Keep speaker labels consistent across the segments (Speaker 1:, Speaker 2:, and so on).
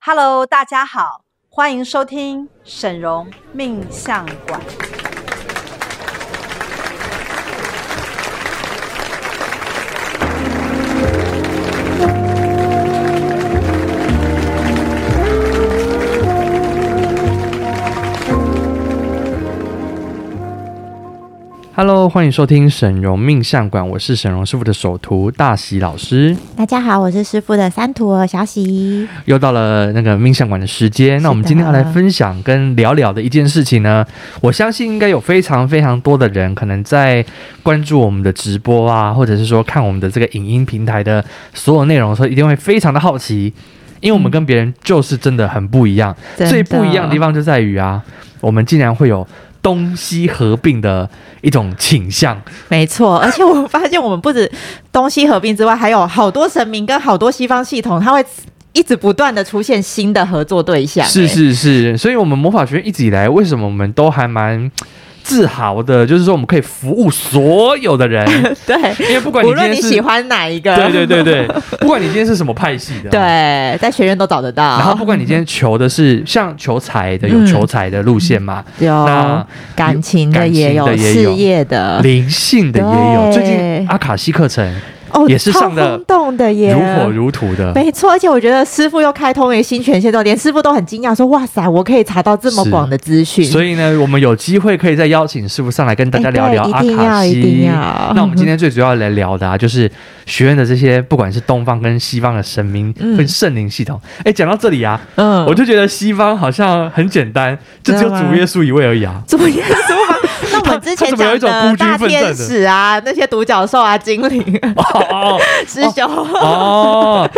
Speaker 1: Hello，大家好，欢迎收听沈荣命相馆。
Speaker 2: Hello，欢迎收听沈荣命相馆，我是沈荣师傅的首徒大喜老师。
Speaker 3: 大家好，我是师傅的三徒儿小喜。
Speaker 2: 又到了那个命相馆的时间，那我们今天要来分享跟聊聊的一件事情呢，我相信应该有非常非常多的人可能在关注我们的直播啊，或者是说看我们的这个影音平台的所有内容的时候，一定会非常的好奇，因为我们跟别人就是真的很不一样。
Speaker 3: 真的
Speaker 2: 最不一样的地方就在于啊，我们竟然会有东西合并的一种倾向。
Speaker 3: 没错，而且我发现我们不止东西合并之外，还有好多神明跟好多西方系统，它会一直不断的出现新的合作对象。
Speaker 2: 是
Speaker 3: 欸，
Speaker 2: 是是，所以我们魔法学院一直以来，为什么我们都还蛮自豪的？就是说我们可以服务所有的 人，
Speaker 3: 对，
Speaker 2: 因为不管你
Speaker 3: 无
Speaker 2: 今
Speaker 3: 论
Speaker 2: 天
Speaker 3: 你
Speaker 2: 是
Speaker 3: 喜欢哪一个，
Speaker 2: 对对对对，不管你今天是什么派系的，
Speaker 3: 对。在学院都找得到。
Speaker 2: 然后不管你今天求的是像求财的，有
Speaker 3: 嗯哦
Speaker 2: 求财的路线嘛，那
Speaker 3: 有感情的也有，
Speaker 2: 感情的也有
Speaker 3: 事业的
Speaker 2: 灵性的也有。
Speaker 3: 对
Speaker 2: 最近阿卡西课程
Speaker 3: 哦
Speaker 2: 也是上的
Speaker 3: 超轰动的耶，
Speaker 2: 如火如荼的，
Speaker 3: 没错，而且我觉得师傅又开通了一个新权限之后，连师傅都很惊讶，说：“哇塞，我可以查到这么
Speaker 2: 是
Speaker 3: 广的资讯。”
Speaker 2: 所以呢，我们有机会可以再邀请师傅上来跟大家聊聊阿
Speaker 3: 哎
Speaker 2: 卡
Speaker 3: 对一定要一
Speaker 2: 西
Speaker 3: 定要。
Speaker 2: 那我们今天最主要来聊的啊，就是学院的这些，不管是东方跟西方的神明
Speaker 3: 嗯
Speaker 2: 跟圣灵系统。哎、讲到这里啊，
Speaker 3: 嗯
Speaker 2: 我就觉得西方好像很简单，就只有
Speaker 3: 真的吗
Speaker 2: 主耶稣一位而已 啊。
Speaker 3: 怎么耶稣吗？那我们之前
Speaker 2: 他怎么有一
Speaker 3: 讲
Speaker 2: 种孤
Speaker 3: 的
Speaker 2: 军
Speaker 3: 大
Speaker 2: 奋战的
Speaker 3: 天使啊，那些独角兽啊、精灵、
Speaker 2: 哦
Speaker 3: 师兄，
Speaker 2: 哦，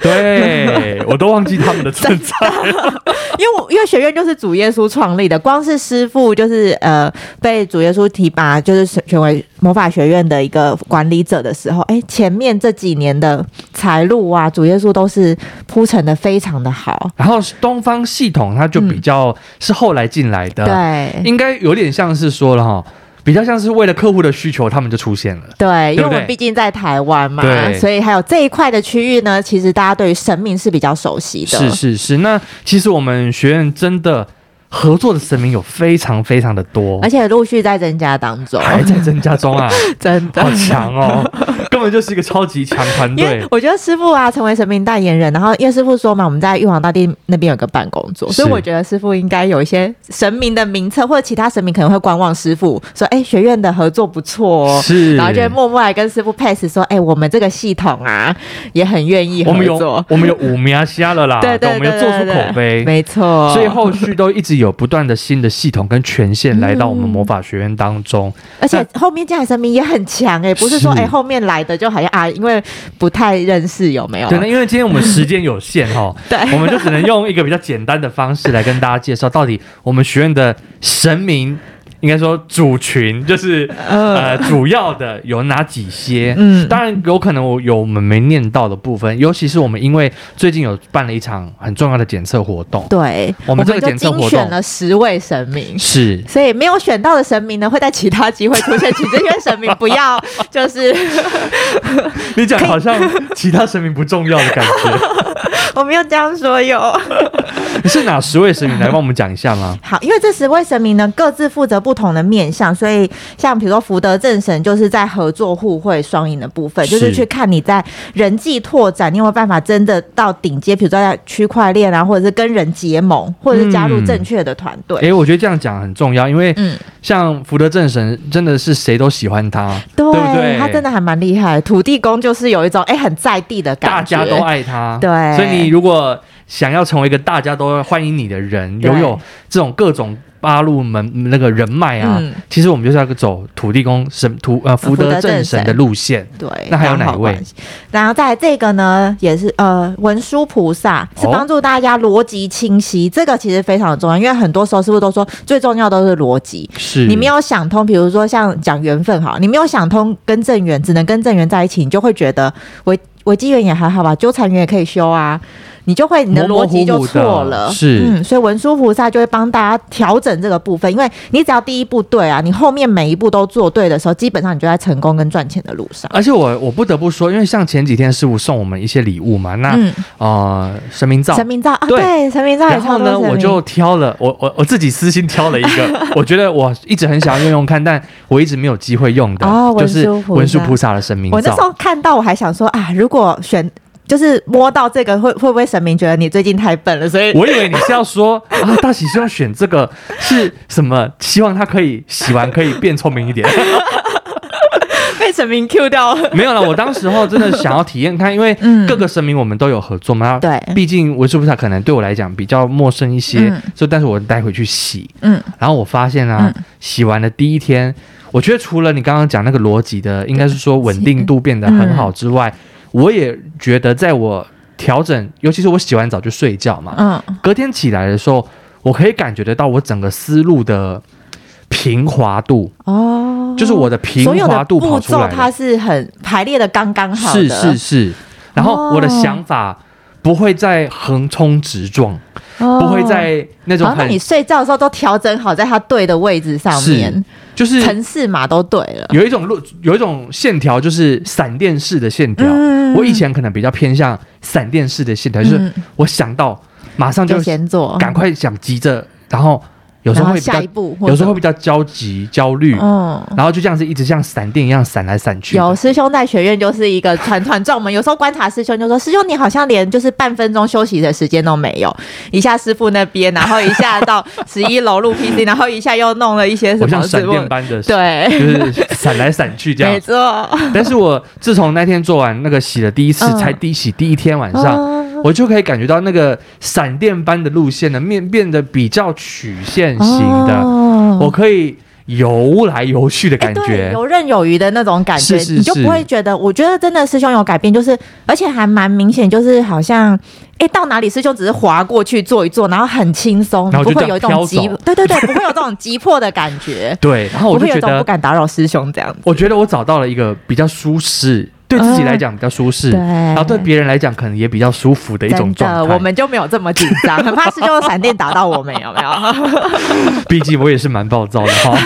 Speaker 2: 对，我都忘记他们的存 在。
Speaker 3: 因为我因为学院就是主耶稣创立的，光是师傅就是呃被主耶稣提拔，就是选为魔法学院的一个管理者的时候，哎，前面这几年的财路啊，主耶稣都是铺陈的非常的好，
Speaker 2: 然后东方系统它就比较是后来进来的，
Speaker 3: 嗯对。
Speaker 2: 应该有点像是说了哈，比较像是为了客户的需求，他们就出现了。
Speaker 3: 对，因
Speaker 2: 对不
Speaker 3: 为我
Speaker 2: 对
Speaker 3: 们毕竟在台湾嘛
Speaker 2: 对，
Speaker 3: 所以还有这一块的区域呢，其实大家对于神明是比较熟悉的。
Speaker 2: 是是是，那其实我们学院真的合作的神明有非常非常的多，
Speaker 3: 而且陆续在增加当中，
Speaker 2: 还在增加中 啊，
Speaker 3: 真的
Speaker 2: 好。强哦，根本就是一个超级强团
Speaker 3: 因为
Speaker 2: 队。
Speaker 3: 我觉得师傅啊，成为神明代言人，然后因为师傅说嘛，我们在玉皇大帝那边有个办公桌，
Speaker 2: 是
Speaker 3: 所以我觉得师傅应该有一些神明的名册，或者其他神明可能会观望师傅说，哎、学院的合作不错哦，
Speaker 2: 是，
Speaker 3: 然后就会默默来跟师傅 pass 说，哎、我们这个系统啊也很愿意合
Speaker 2: 我们
Speaker 3: 作
Speaker 2: 有，我们有五名虾了啦，
Speaker 3: 对对
Speaker 2: 我
Speaker 3: 对
Speaker 2: 们有
Speaker 3: 对
Speaker 2: 做出
Speaker 3: 对
Speaker 2: 口碑。
Speaker 3: 没错，
Speaker 2: 所以后续都一直有不断的新的系统跟权限来到我们魔法学院当中，
Speaker 3: 而且后面进来神明也很强哎、不是说
Speaker 2: 是
Speaker 3: 哎、后面来的就好像啊，因为不太认识有没有？
Speaker 2: 对，那因为今天我们时间有限哈，
Speaker 3: 啊 对
Speaker 2: 我们就只能用一个比较简单的方式来跟大家介绍，到底我们学院的神明，应该说主群，就是呃主要的有哪几些？
Speaker 3: 嗯
Speaker 2: 当然有可能我有我们没念到的部分，尤其是我们因为最近有办了一场很重要的检测活动，
Speaker 3: 对，
Speaker 2: 我们这个
Speaker 3: 就
Speaker 2: 检测活
Speaker 3: 精
Speaker 2: 动
Speaker 3: 选了十位神明，
Speaker 2: 是
Speaker 3: 所以没有选到的神明呢，会在其他机会出现，请这些神明不 要就是
Speaker 2: 你讲好像其他神明不重要的感觉，
Speaker 3: 我没有这样说哟。
Speaker 2: 你是哪十位神明来帮我们讲一下吗？
Speaker 3: 好，因为这十位神明呢，各自负责不同的面向，所以像比如说福德正神，就是在合作互惠双赢的部分，就是是去看你在人际拓展，你有没有办法真的到顶尖，比如说在区块链啊，或者是跟人结盟，或者是加入正确的团队。
Speaker 2: 诶，我觉得这样讲很重要，因为
Speaker 3: 嗯，
Speaker 2: 像福德正神真的是谁都喜欢他，
Speaker 3: 对，
Speaker 2: 对不对？
Speaker 3: 他真的还蛮厉害。土地公就是有一种哎、很在地的感觉，
Speaker 2: 大家都爱他，
Speaker 3: 对
Speaker 2: 所以你如果想要成为一个大家都欢迎你的人，
Speaker 3: 对
Speaker 2: 拥有这种各种八路门那个人脉啊，
Speaker 3: 嗯
Speaker 2: 其实我们就是要走土地公神土呃福德正神的路线。
Speaker 3: 对，
Speaker 2: 那还有
Speaker 3: 良
Speaker 2: 哪
Speaker 3: 好
Speaker 2: 一位
Speaker 3: 关系？然后在这个呢，也是呃文殊菩萨，是
Speaker 2: 哦
Speaker 3: 帮助大家逻辑清晰，这个其实非常重要，因为很多时候师傅都说最重要都是逻辑。
Speaker 2: 是
Speaker 3: 你没有想通，比如说像讲缘分哈，你没有想通跟正缘，只能跟正缘在一起，你就会觉得危危机缘也还好吧，纠缠缘也可以修啊。你就会你的
Speaker 2: 模模
Speaker 3: 逻辑就
Speaker 2: 糊糊的
Speaker 3: 错了。
Speaker 2: 是
Speaker 3: 嗯，所以文殊菩萨就会帮大家调整这个部分，因为你只要第一步对啊，你后面每一步都做对的时候，基本上你就在成功跟赚钱的路上。
Speaker 2: 而且我我不得不说，因为像前几天师傅送我们一些礼物嘛，那、
Speaker 3: 嗯，
Speaker 2: 呃神明
Speaker 3: 神
Speaker 2: 皂。
Speaker 3: 明照啊，
Speaker 2: 对
Speaker 3: 对，神明照也
Speaker 2: 然
Speaker 3: 超
Speaker 2: 后
Speaker 3: 多
Speaker 2: 呢，
Speaker 3: 神明。
Speaker 2: 我就挑了，我我我自己私心挑了一 个，我觉得我一直很想要用用看，但我一直没有机会用的，
Speaker 3: 哦
Speaker 2: 就
Speaker 3: 文
Speaker 2: 是
Speaker 3: 殊菩萨
Speaker 2: 文殊菩萨的神明
Speaker 3: 我那时
Speaker 2: 皂。
Speaker 3: 候看到，我还想说啊，如果选就是摸到这个，会会不会神明觉得你最近太笨了，所以
Speaker 2: 我以为你是要说啊，大喜是要选这个是什么？希望他可以洗完可以变聪明一点。
Speaker 3: 被神明 Q 掉了？
Speaker 2: 没有了，我当时候真的想要体验看，因为
Speaker 3: 嗯
Speaker 2: 各个神明我们都有合作嘛。
Speaker 3: 对
Speaker 2: 毕竟文殊菩萨可能对我来讲比较陌生一些
Speaker 3: 嗯，
Speaker 2: 所以但是我带回去洗，
Speaker 3: 嗯，
Speaker 2: 然后我发现啊，洗完的第一天，我觉得除了你刚刚讲那个逻辑的，应该是说稳
Speaker 3: 嗯
Speaker 2: 定度变得很好之外，我也觉得在我调整，尤其是我洗完澡就睡觉嘛，
Speaker 3: 嗯，
Speaker 2: 隔天起来的时候，我可以感觉得到我整个思路的平滑度，
Speaker 3: 哦，
Speaker 2: 就是我的平
Speaker 3: 所有
Speaker 2: 滑
Speaker 3: 的
Speaker 2: 度
Speaker 3: 步
Speaker 2: 跑出
Speaker 3: 骤
Speaker 2: 来了
Speaker 3: 它是很排列的刚刚好
Speaker 2: 是
Speaker 3: 的，
Speaker 2: 是是，然后我的
Speaker 3: 哦
Speaker 2: 想法不会再横冲直撞，
Speaker 3: 哦
Speaker 2: 不会。在那种
Speaker 3: 好，那
Speaker 2: 很
Speaker 3: 你睡觉的时候都调整好在它对的位置上面，
Speaker 2: 就是
Speaker 3: 层次码都对了。
Speaker 2: 有一种路有一种线条就是闪电式的线条。
Speaker 3: 嗯
Speaker 2: 我以前可能比较偏向闪电式的线条，就是
Speaker 3: 嗯
Speaker 2: 我想到马上就
Speaker 3: 就先做，
Speaker 2: 赶快想急着，然后有时
Speaker 3: 然
Speaker 2: 候
Speaker 3: 后
Speaker 2: 会比
Speaker 3: 下
Speaker 2: 较
Speaker 3: 一步，
Speaker 2: 有时候会比较焦急焦虑。
Speaker 3: 嗯。
Speaker 2: 然后就这样子一直像闪电一样闪来闪去的，
Speaker 3: 有师兄在学院就是一个团团转，我们有时候观察师兄就说：“师兄，你好像连就是半分钟休息的时间都没有， 一下师傅那边，然后一 下到十一楼录 PC，然后一下又弄了一些什
Speaker 2: 我像
Speaker 3: 么
Speaker 2: 闪
Speaker 3: 什
Speaker 2: 电
Speaker 3: 么，
Speaker 2: 般的，就
Speaker 3: 对，
Speaker 2: 是闪来闪去这样
Speaker 3: 没。错。
Speaker 2: 但是我自从那天做完那个洗了第一次，
Speaker 3: 嗯
Speaker 2: 才第洗第一天晚上，
Speaker 3: 哦
Speaker 2: 我就可以感觉到那个闪电般的路线呢，面变得比较曲线型的，
Speaker 3: 哦
Speaker 2: 我可以游来游去的
Speaker 3: 哎
Speaker 2: 感
Speaker 3: 对，
Speaker 2: 觉。
Speaker 3: 游刃有余的那种感觉，
Speaker 2: 是是
Speaker 3: 你就是不会觉得。我觉得真的师兄有改变，就是而且还蛮明显，就是好像。哎，到哪里师兄只是划过去坐一坐，然后很轻松，
Speaker 2: 然后
Speaker 3: 不
Speaker 2: 就
Speaker 3: 会
Speaker 2: 这样
Speaker 3: 有一
Speaker 2: 飘
Speaker 3: 种急
Speaker 2: 走，，
Speaker 3: 对对对，不会有这种急迫的感觉
Speaker 2: 对，然后我
Speaker 3: 不
Speaker 2: 就
Speaker 3: 会有
Speaker 2: 觉
Speaker 3: 一种不
Speaker 2: 得，
Speaker 3: 敢打扰师兄这样子。
Speaker 2: 我觉得我找到了一个比较舒适，对自己来讲比较舒适，
Speaker 3: 对
Speaker 2: 然后对别人来讲可能也比较舒服的一种
Speaker 3: 嗯真的，
Speaker 2: 状态。
Speaker 3: 我们就没有这么紧张，很怕 师兄闪电打到我们，有没有？
Speaker 2: 毕竟我也是蛮暴躁的 哈，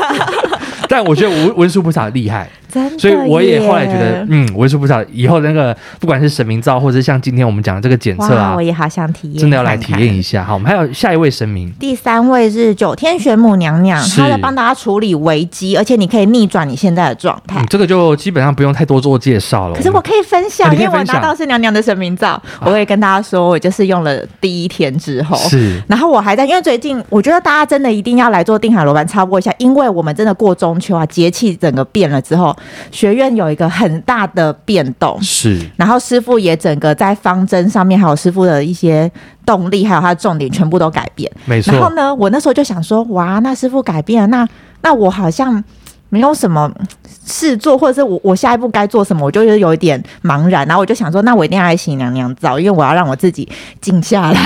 Speaker 2: 但我觉得文文殊菩萨厉害。
Speaker 3: 真的，
Speaker 2: 所以我也后来觉得，。嗯，我是不知道以后那个不管是神明照，或者是像今天我们讲的这个检测
Speaker 3: 哇，
Speaker 2: 啊
Speaker 3: 我，也好想体验看看，
Speaker 2: 真的要来体验一下。好，我们还有下一位神明，
Speaker 3: 第三位是九天玄母娘娘，
Speaker 2: 是
Speaker 3: 她在帮大家处理危机，而且你可以逆转你现在的状态
Speaker 2: 嗯。，这个就基本上不用太多做介绍了。
Speaker 3: 可是我
Speaker 2: 们
Speaker 3: 可以分
Speaker 2: 啊
Speaker 3: 享，
Speaker 2: 你可以
Speaker 3: 因为我
Speaker 2: 分享啊
Speaker 3: 拿到是娘娘的神明照，我会跟大家说，我就是用了第一天之后。
Speaker 2: 是
Speaker 3: 然后我还在，因为最近我觉得大家真的一定要来做定海罗盘插播一下，因为我们真的过中秋啊，节气整个变了之后，学院有一个很大的变动，
Speaker 2: 是
Speaker 3: 然后师傅也整个在方针上面，还有师傅的一些动力，还有他的重点，全部都改变。
Speaker 2: 没
Speaker 3: 然后
Speaker 2: 错，
Speaker 3: 呢，我那时候就想说，哇，那师傅改变了，那那我好像没有什么事做，或者是我我下一步该做什么，我就觉得有一点茫然。然后我就想说，那我一定要来洗娘娘澡，因为我要让我自己静下来，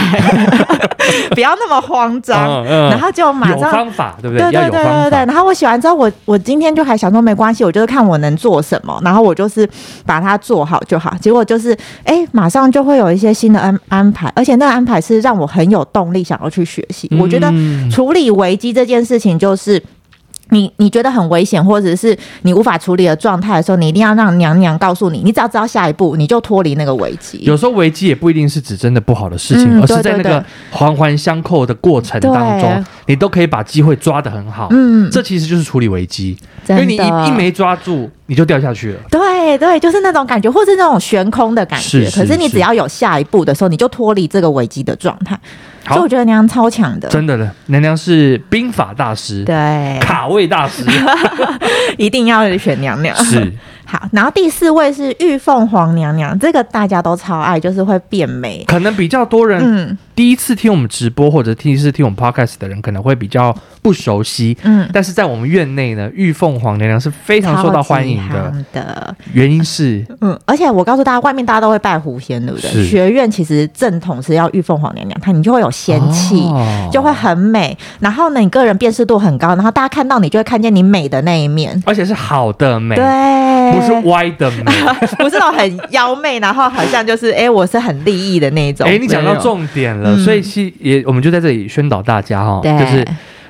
Speaker 3: 不要那么慌张。
Speaker 2: 嗯
Speaker 3: 然后就马
Speaker 2: 有
Speaker 3: 上
Speaker 2: 方法，对不
Speaker 3: 对
Speaker 2: 要
Speaker 3: 对
Speaker 2: 有
Speaker 3: 对
Speaker 2: 方
Speaker 3: 对对。
Speaker 2: 法
Speaker 3: 然。后我洗完之后，我我今天就还想说没关系，我就是看我能做什么，然后我就是把它做好就好。结果就是哎，马上就会有一些新的安安排，而且那个安排是让我很有动力想要去学习。我觉得
Speaker 2: 嗯
Speaker 3: 处理危机这件事情就是。你你觉得很危险，或者是你无法处理的状态的时候，你一定要让娘娘告诉你，你只要知道下一步，你就脱离那个危机。
Speaker 2: 有时候危机也不一定是指真的不好的事情，
Speaker 3: 嗯
Speaker 2: 而是
Speaker 3: 对
Speaker 2: 在那
Speaker 3: 对
Speaker 2: 个环环相扣的过程当中
Speaker 3: 对，
Speaker 2: 你都可以把机会抓得很好。
Speaker 3: 嗯，
Speaker 2: 这其实就是处理危机，因
Speaker 3: 真
Speaker 2: 为你
Speaker 3: 的
Speaker 2: 一一没抓住，你就掉下去了。
Speaker 3: 对对，就是那种感觉，或是那种悬空的感觉。
Speaker 2: 是是
Speaker 3: 可是你
Speaker 2: 是
Speaker 3: 只要有下一步的时候，你就脱离这个危机的状态。
Speaker 2: 好
Speaker 3: 所以我觉得娘超强的，
Speaker 2: 真的了，娘娘是兵法大师，
Speaker 3: 对，
Speaker 2: 卡位大 师，
Speaker 3: 一定要选娘娘。
Speaker 2: 是
Speaker 3: 好，然后第四位是玉凤凰娘娘，这个大家都超爱，就是会变美。
Speaker 2: 可能比较多人
Speaker 3: 嗯，
Speaker 2: 第一次听我们直播或者第一次听我们 podcast 的人，可能会比较不熟悉。
Speaker 3: 嗯，
Speaker 2: 但是在我们院内呢，玉凤凰娘娘是非常受到欢迎
Speaker 3: 超
Speaker 2: 的，
Speaker 3: 级夯的。
Speaker 2: 原因是
Speaker 3: 嗯，而且我告诉大家，外面大家都会拜狐仙，对不
Speaker 2: 是
Speaker 3: 对？学院其实正统是要玉凤凰娘娘，它你就会有仙气。
Speaker 2: 哦
Speaker 3: 就会很美，然后呢，你个人辨识度很高，然后大家看到你就会看见你美的那一面，
Speaker 2: 而且是好的美，
Speaker 3: 对，
Speaker 2: 哎不是歪的美。
Speaker 3: 不是那种很妖媚，然后好像就是哎、我是很利益的那一种。
Speaker 2: 哎、你讲到重点了，
Speaker 3: 嗯
Speaker 2: 所以其也我们就在这里宣导大家哈、
Speaker 3: 对
Speaker 2: 就是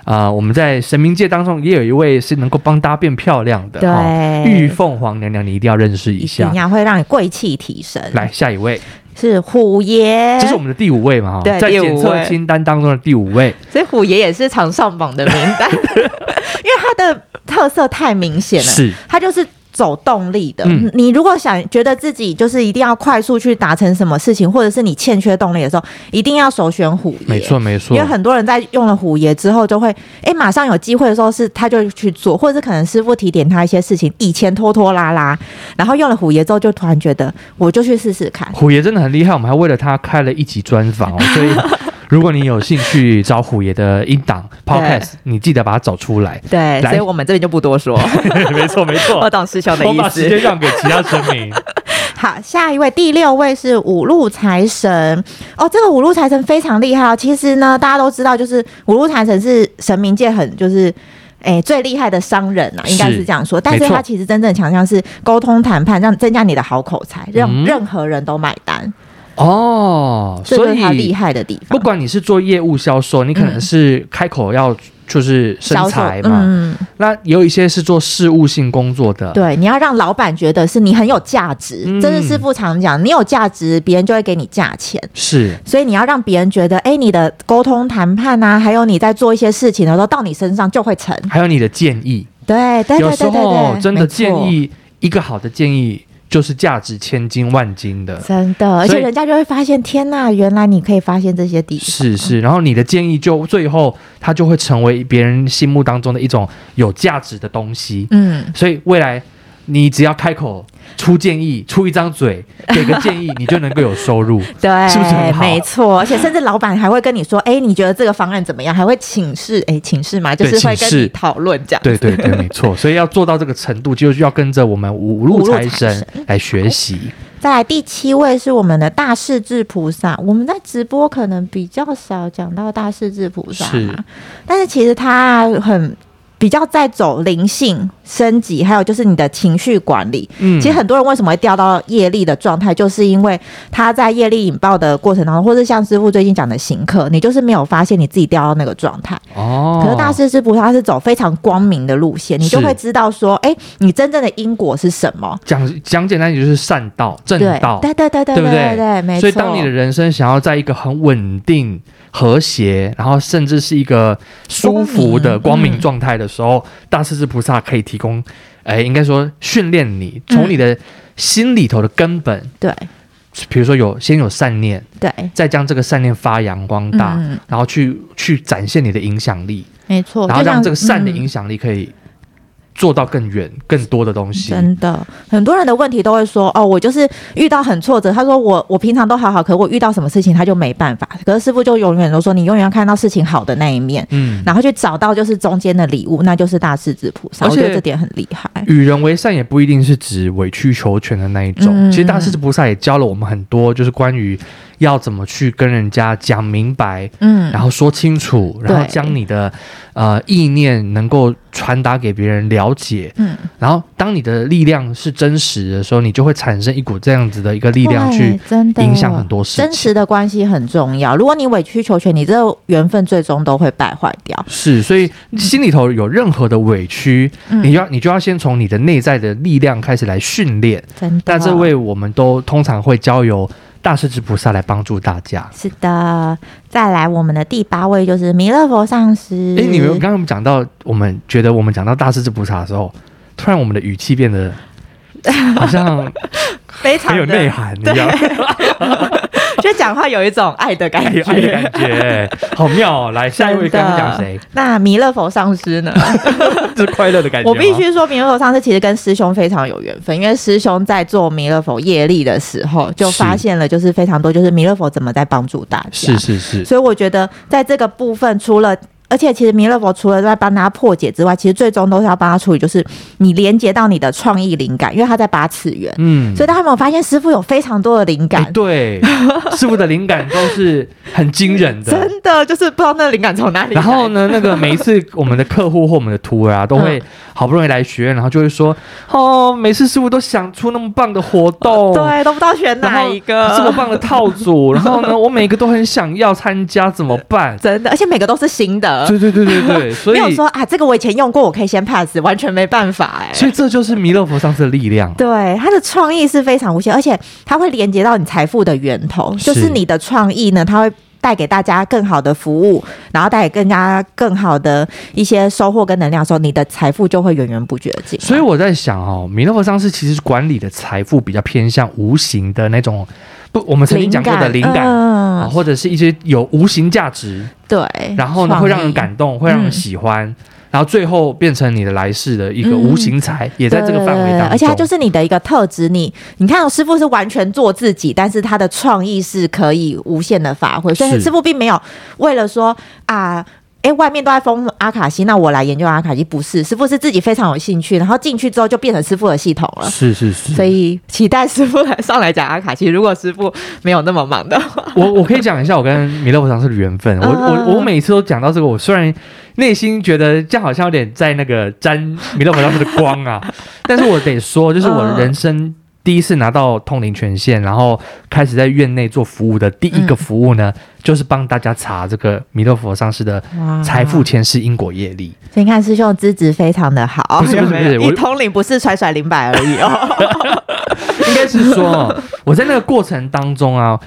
Speaker 2: 啊、呃我们在神明界当中也有一位是能够帮大家变漂亮的，
Speaker 3: 对
Speaker 2: 哈玉凤凰娘娘，你一定要认识一
Speaker 3: 一
Speaker 2: 下
Speaker 3: 定。要会让你贵气提升。
Speaker 2: 来，下一位，
Speaker 3: 是虎爷，
Speaker 2: 这是我们的第五位嘛，哈，
Speaker 3: 对
Speaker 2: 在
Speaker 3: 第五
Speaker 2: 检测
Speaker 3: 位
Speaker 2: 清单当中的第五位，
Speaker 3: 所以虎爷也是常上榜的名 单，因为它的特色太明显了。
Speaker 2: 是
Speaker 3: 它就是走动力的。
Speaker 2: 嗯
Speaker 3: 你如果想觉得自己就是一定要快速去达成什么事情，或者是你欠缺动力的时候，一定要首选虎爷。
Speaker 2: 没错，没错
Speaker 3: 因为，很多人在用了虎爷之后，就会哎、诶马上有机会的时候是他就去做，或者是可能师傅提点他一些事情，以前拖拖拉拉，然后用了虎爷之后，就突然觉得我就去试试看。
Speaker 2: 虎爷真的很厉害，我们还为了他开了一集专访 哦，所以如果你有兴趣找虎爷的音档 podcast，你记得把它找出来。
Speaker 3: 对，
Speaker 2: 来
Speaker 3: 所以我们这边就不 多说，
Speaker 2: 没错，没错
Speaker 3: 我，懂师兄的
Speaker 2: 我们
Speaker 3: 意
Speaker 2: 把时
Speaker 3: 思。
Speaker 2: 间让给其他神明。
Speaker 3: 好，下一位第六位是五路财神哦，这个五路财神非常厉害哦。其实呢，大家都知道，就是五路财神是神明界很就是。诶最厉害的商人啊，应该
Speaker 2: 是
Speaker 3: 是这样说。但是
Speaker 2: 没错
Speaker 3: 他其实真正强项是沟通谈判，让增加你的好口才，让
Speaker 2: 嗯
Speaker 3: 任何人都买单，
Speaker 2: 哦，
Speaker 3: 这就
Speaker 2: 所
Speaker 3: 是
Speaker 2: 以
Speaker 3: 他厉害的地方。
Speaker 2: 不管你是做业务销售，你可能是开口要就是
Speaker 3: 销
Speaker 2: 生
Speaker 3: 售
Speaker 2: 财嘛，
Speaker 3: 嗯，
Speaker 2: 那也有一些是做事务性工作的，
Speaker 3: 对，你要让老板觉得是你很有价值，
Speaker 2: 嗯
Speaker 3: 这是师傅常讲，你有价值，别人就会给你价钱。
Speaker 2: 是
Speaker 3: 所以你要让别人觉得，哎、你的沟通谈判啊，还有你在做一些事情的时候，到你身上就会成。
Speaker 2: 还有你的建议，
Speaker 3: 对对对
Speaker 2: 有时
Speaker 3: 对对
Speaker 2: 候
Speaker 3: 对，
Speaker 2: 真的
Speaker 3: 没错
Speaker 2: 建，议一个好的建议就是价值千金万金的。
Speaker 3: 真的，而
Speaker 2: 所以
Speaker 3: 且人家就会发现，天呐，原来你可以发现这些地方。
Speaker 2: 是是，然后你的建议就最后它就会成为别人心目当中的一种有价值的东西，
Speaker 3: 嗯，
Speaker 2: 所以未来你只要开口出建议，出一张嘴，给个建议，你就能够有收 入。
Speaker 3: 对，
Speaker 2: 是不是很好
Speaker 3: 没错，而且甚至老板还会跟你说，哎、你觉得这个方案怎么样？还会请示，哎、请示嘛，就
Speaker 2: 对
Speaker 3: 是会
Speaker 2: 请
Speaker 3: 跟
Speaker 2: 示
Speaker 3: 你讨论这样。
Speaker 2: 对对对，没错。所以要做到这个程度，就是要跟着我们五路
Speaker 3: 五路
Speaker 2: 财
Speaker 3: 财
Speaker 2: 神
Speaker 3: 神
Speaker 2: 来学习。
Speaker 3: 再来第七位是我们的大势至菩萨，我们在直播可能比较少讲到大势至菩萨嘛
Speaker 2: 是
Speaker 3: 但是其实他很比较在走灵性升级，还有就是你的情绪管理。
Speaker 2: 嗯
Speaker 3: 其实很多人为什么会掉到业力的状态，就是因为他在业力引爆的过程当中，或是像师傅最近讲的行客，你就是没有发现你自己掉到那个状态。
Speaker 2: 哦，
Speaker 3: 可是大势至菩萨是走非常光明的路线，你就是会知道说，哎、你真正的因果是什么。
Speaker 2: 讲讲简单一点就是善道正
Speaker 3: 对
Speaker 2: 道，
Speaker 3: 对对对对
Speaker 2: 对不
Speaker 3: 对对，没错。
Speaker 2: 所以当你的人生想要在一个很稳定、和谐，然后甚至是一个舒服的光
Speaker 3: 光明
Speaker 2: 明状态的时候，大势至菩萨可以提供，哎，应该说训练你
Speaker 3: 嗯
Speaker 2: 从你的心里头的根本，
Speaker 3: 对
Speaker 2: 比如说有先有善念，
Speaker 3: 对，
Speaker 2: 再将这个善念发扬光大，
Speaker 3: 嗯
Speaker 2: 然后去去展现你的影响力。
Speaker 3: 没错，
Speaker 2: 然后
Speaker 3: 就
Speaker 2: 让
Speaker 3: 像
Speaker 2: 这个善的
Speaker 3: 嗯
Speaker 2: 影响力可以做到更远、更多的东西。
Speaker 3: 真的，很多人的问题都会说哦，我就是遇到很挫折。他说我我平常都好好，可我遇到什么事情他就没办法。可是师傅就永远都说，你永远要看到事情好的那一面，
Speaker 2: 嗯，
Speaker 3: 然后去找到就是中间的礼物，那就是大势至菩萨。
Speaker 2: 而
Speaker 3: 我
Speaker 2: 且
Speaker 3: 觉得这点很厉害。
Speaker 2: 与人为善也不一定是指委曲求全的那一种。
Speaker 3: 嗯
Speaker 2: 其实大势至菩萨也教了我们很多，就是关于要怎么去跟人家讲明白。
Speaker 3: 嗯
Speaker 2: 然后说清楚，然后将你的呃意念能够传达给别人了解，
Speaker 3: 嗯，
Speaker 2: 然后当你的力量是真实的时候，你就会产生一股这样子的一个力量去
Speaker 3: 对真的
Speaker 2: 影响很多事情。
Speaker 3: 真实的关系很重要。如果你委曲求全，你这个缘分最终都会败坏掉。
Speaker 2: 是，所以心里头有任何的委屈，
Speaker 3: 嗯
Speaker 2: 你要你就要先从你的内在的力量开始来训练。
Speaker 3: 真的。
Speaker 2: 那这位我们都通常会交由大势至菩萨来帮助大家。
Speaker 3: 是的，再来我们的第八位就是弥勒佛上师。
Speaker 2: 诶，哎你们刚刚我们讲到，我们觉得我们讲到大势至菩萨的时候，突然我们的语气变 得好像
Speaker 3: 非常
Speaker 2: 很有
Speaker 3: 的
Speaker 2: 内涵一样。
Speaker 3: 就讲话有一种爱的 感
Speaker 2: 哎
Speaker 3: 觉。
Speaker 2: 呦，哎呦感觉好妙哦！来，下一位刚刚讲 谁
Speaker 3: 真的？那弥勒佛上 师呢？
Speaker 2: 这是快乐的感觉
Speaker 3: 我
Speaker 2: 吗。
Speaker 3: 必须说，弥勒佛上师其实跟师兄非常有缘分，因为师兄在做弥勒佛业力的时候，就发现了就是非常多，就是弥勒佛怎么在帮助大家。
Speaker 2: 是是是，
Speaker 3: 所以我觉得在这个部分，除了而且其实弥勒佛除了在帮他破解之外，其实最终都是要帮他处理，就是你连接到你的创意灵感，因为他在八次元，
Speaker 2: 嗯
Speaker 3: 所以大家有没有发现师傅有非常多的灵感？
Speaker 2: 哎对，师傅的灵感都是很惊人的。
Speaker 3: 真的就是不知道那灵感从哪里来。
Speaker 2: 然后呢，那个每一次我们的客户或我们的徒儿啊，都
Speaker 3: 嗯
Speaker 2: 会好不容易来学院，然后就会说：“哦，每次师傅都想出那么棒的活动，
Speaker 3: 哦对，都不知道选
Speaker 2: 然
Speaker 3: 哪
Speaker 2: 后哦
Speaker 3: 一个，
Speaker 2: 这么棒的套组， 然后呢，我每个都很想要参加，怎么办？”
Speaker 3: 真的，而且每个都是新的，
Speaker 2: 对对对对对，所
Speaker 3: 没
Speaker 2: 以
Speaker 3: 有说啊，这个我以前用过，我可以先 pass，完全没办法哎、
Speaker 2: 所以这就是弥勒佛上次的力量。
Speaker 3: 对，它的创意是非常无限，而且它会连接到你财富的源头，
Speaker 2: 是
Speaker 3: 就是你的创意呢，它会。带给大家更好的服务，然后带给更加更好的一些收获跟能量的时候，你的财富就会源源不绝进来。
Speaker 2: 所以我在想哦，弥勒佛上师其实管理的财富比较偏向无形的那种，不，我们曾经讲过的灵感。啊，
Speaker 3: 嗯、
Speaker 2: 或者是一些有无形价值，
Speaker 3: 对，
Speaker 2: 然后呢
Speaker 3: 创
Speaker 2: 会让人
Speaker 3: 意
Speaker 2: 感动，会让人喜欢，然后最后变成你的来世的一个
Speaker 3: 嗯
Speaker 2: 无形财，也在这个范围
Speaker 3: 对
Speaker 2: 当中。
Speaker 3: 而且它就是你的一个特质。你你看、哦，师傅是完全做自己，但是他的创意是可以无限的发挥，所以
Speaker 2: 是
Speaker 3: 师傅并没有为了说啊。诶，外面都在封阿卡西，那我来研究阿卡西不是？师傅是自己非常有兴趣，然后进去之后就变成师傅的系统了。
Speaker 2: 是是是，
Speaker 3: 所以期待师傅来上来讲阿卡西。如果师傅没有那么忙的话，
Speaker 2: 我我可以讲一下我跟弥勒佛上师的缘分。我
Speaker 3: 嗯
Speaker 2: 我我每次都讲到这个，我虽然内心觉得这样好像有点在那个沾弥勒佛上师的光 啊，但是我得说，就是我人生第一次拿到通灵权限，然后开始在院内做服务的第
Speaker 3: 嗯
Speaker 2: 一个服务呢，就是帮大家查这个弥勒佛上师的
Speaker 3: 哇
Speaker 2: 财富前世因果业力。
Speaker 3: 所以你看师兄的资质非常的好，
Speaker 2: 不是不是不是我
Speaker 3: 一通灵不是甩甩零百而已哦。
Speaker 2: 应该是说 哦，我在那个过程当中啊，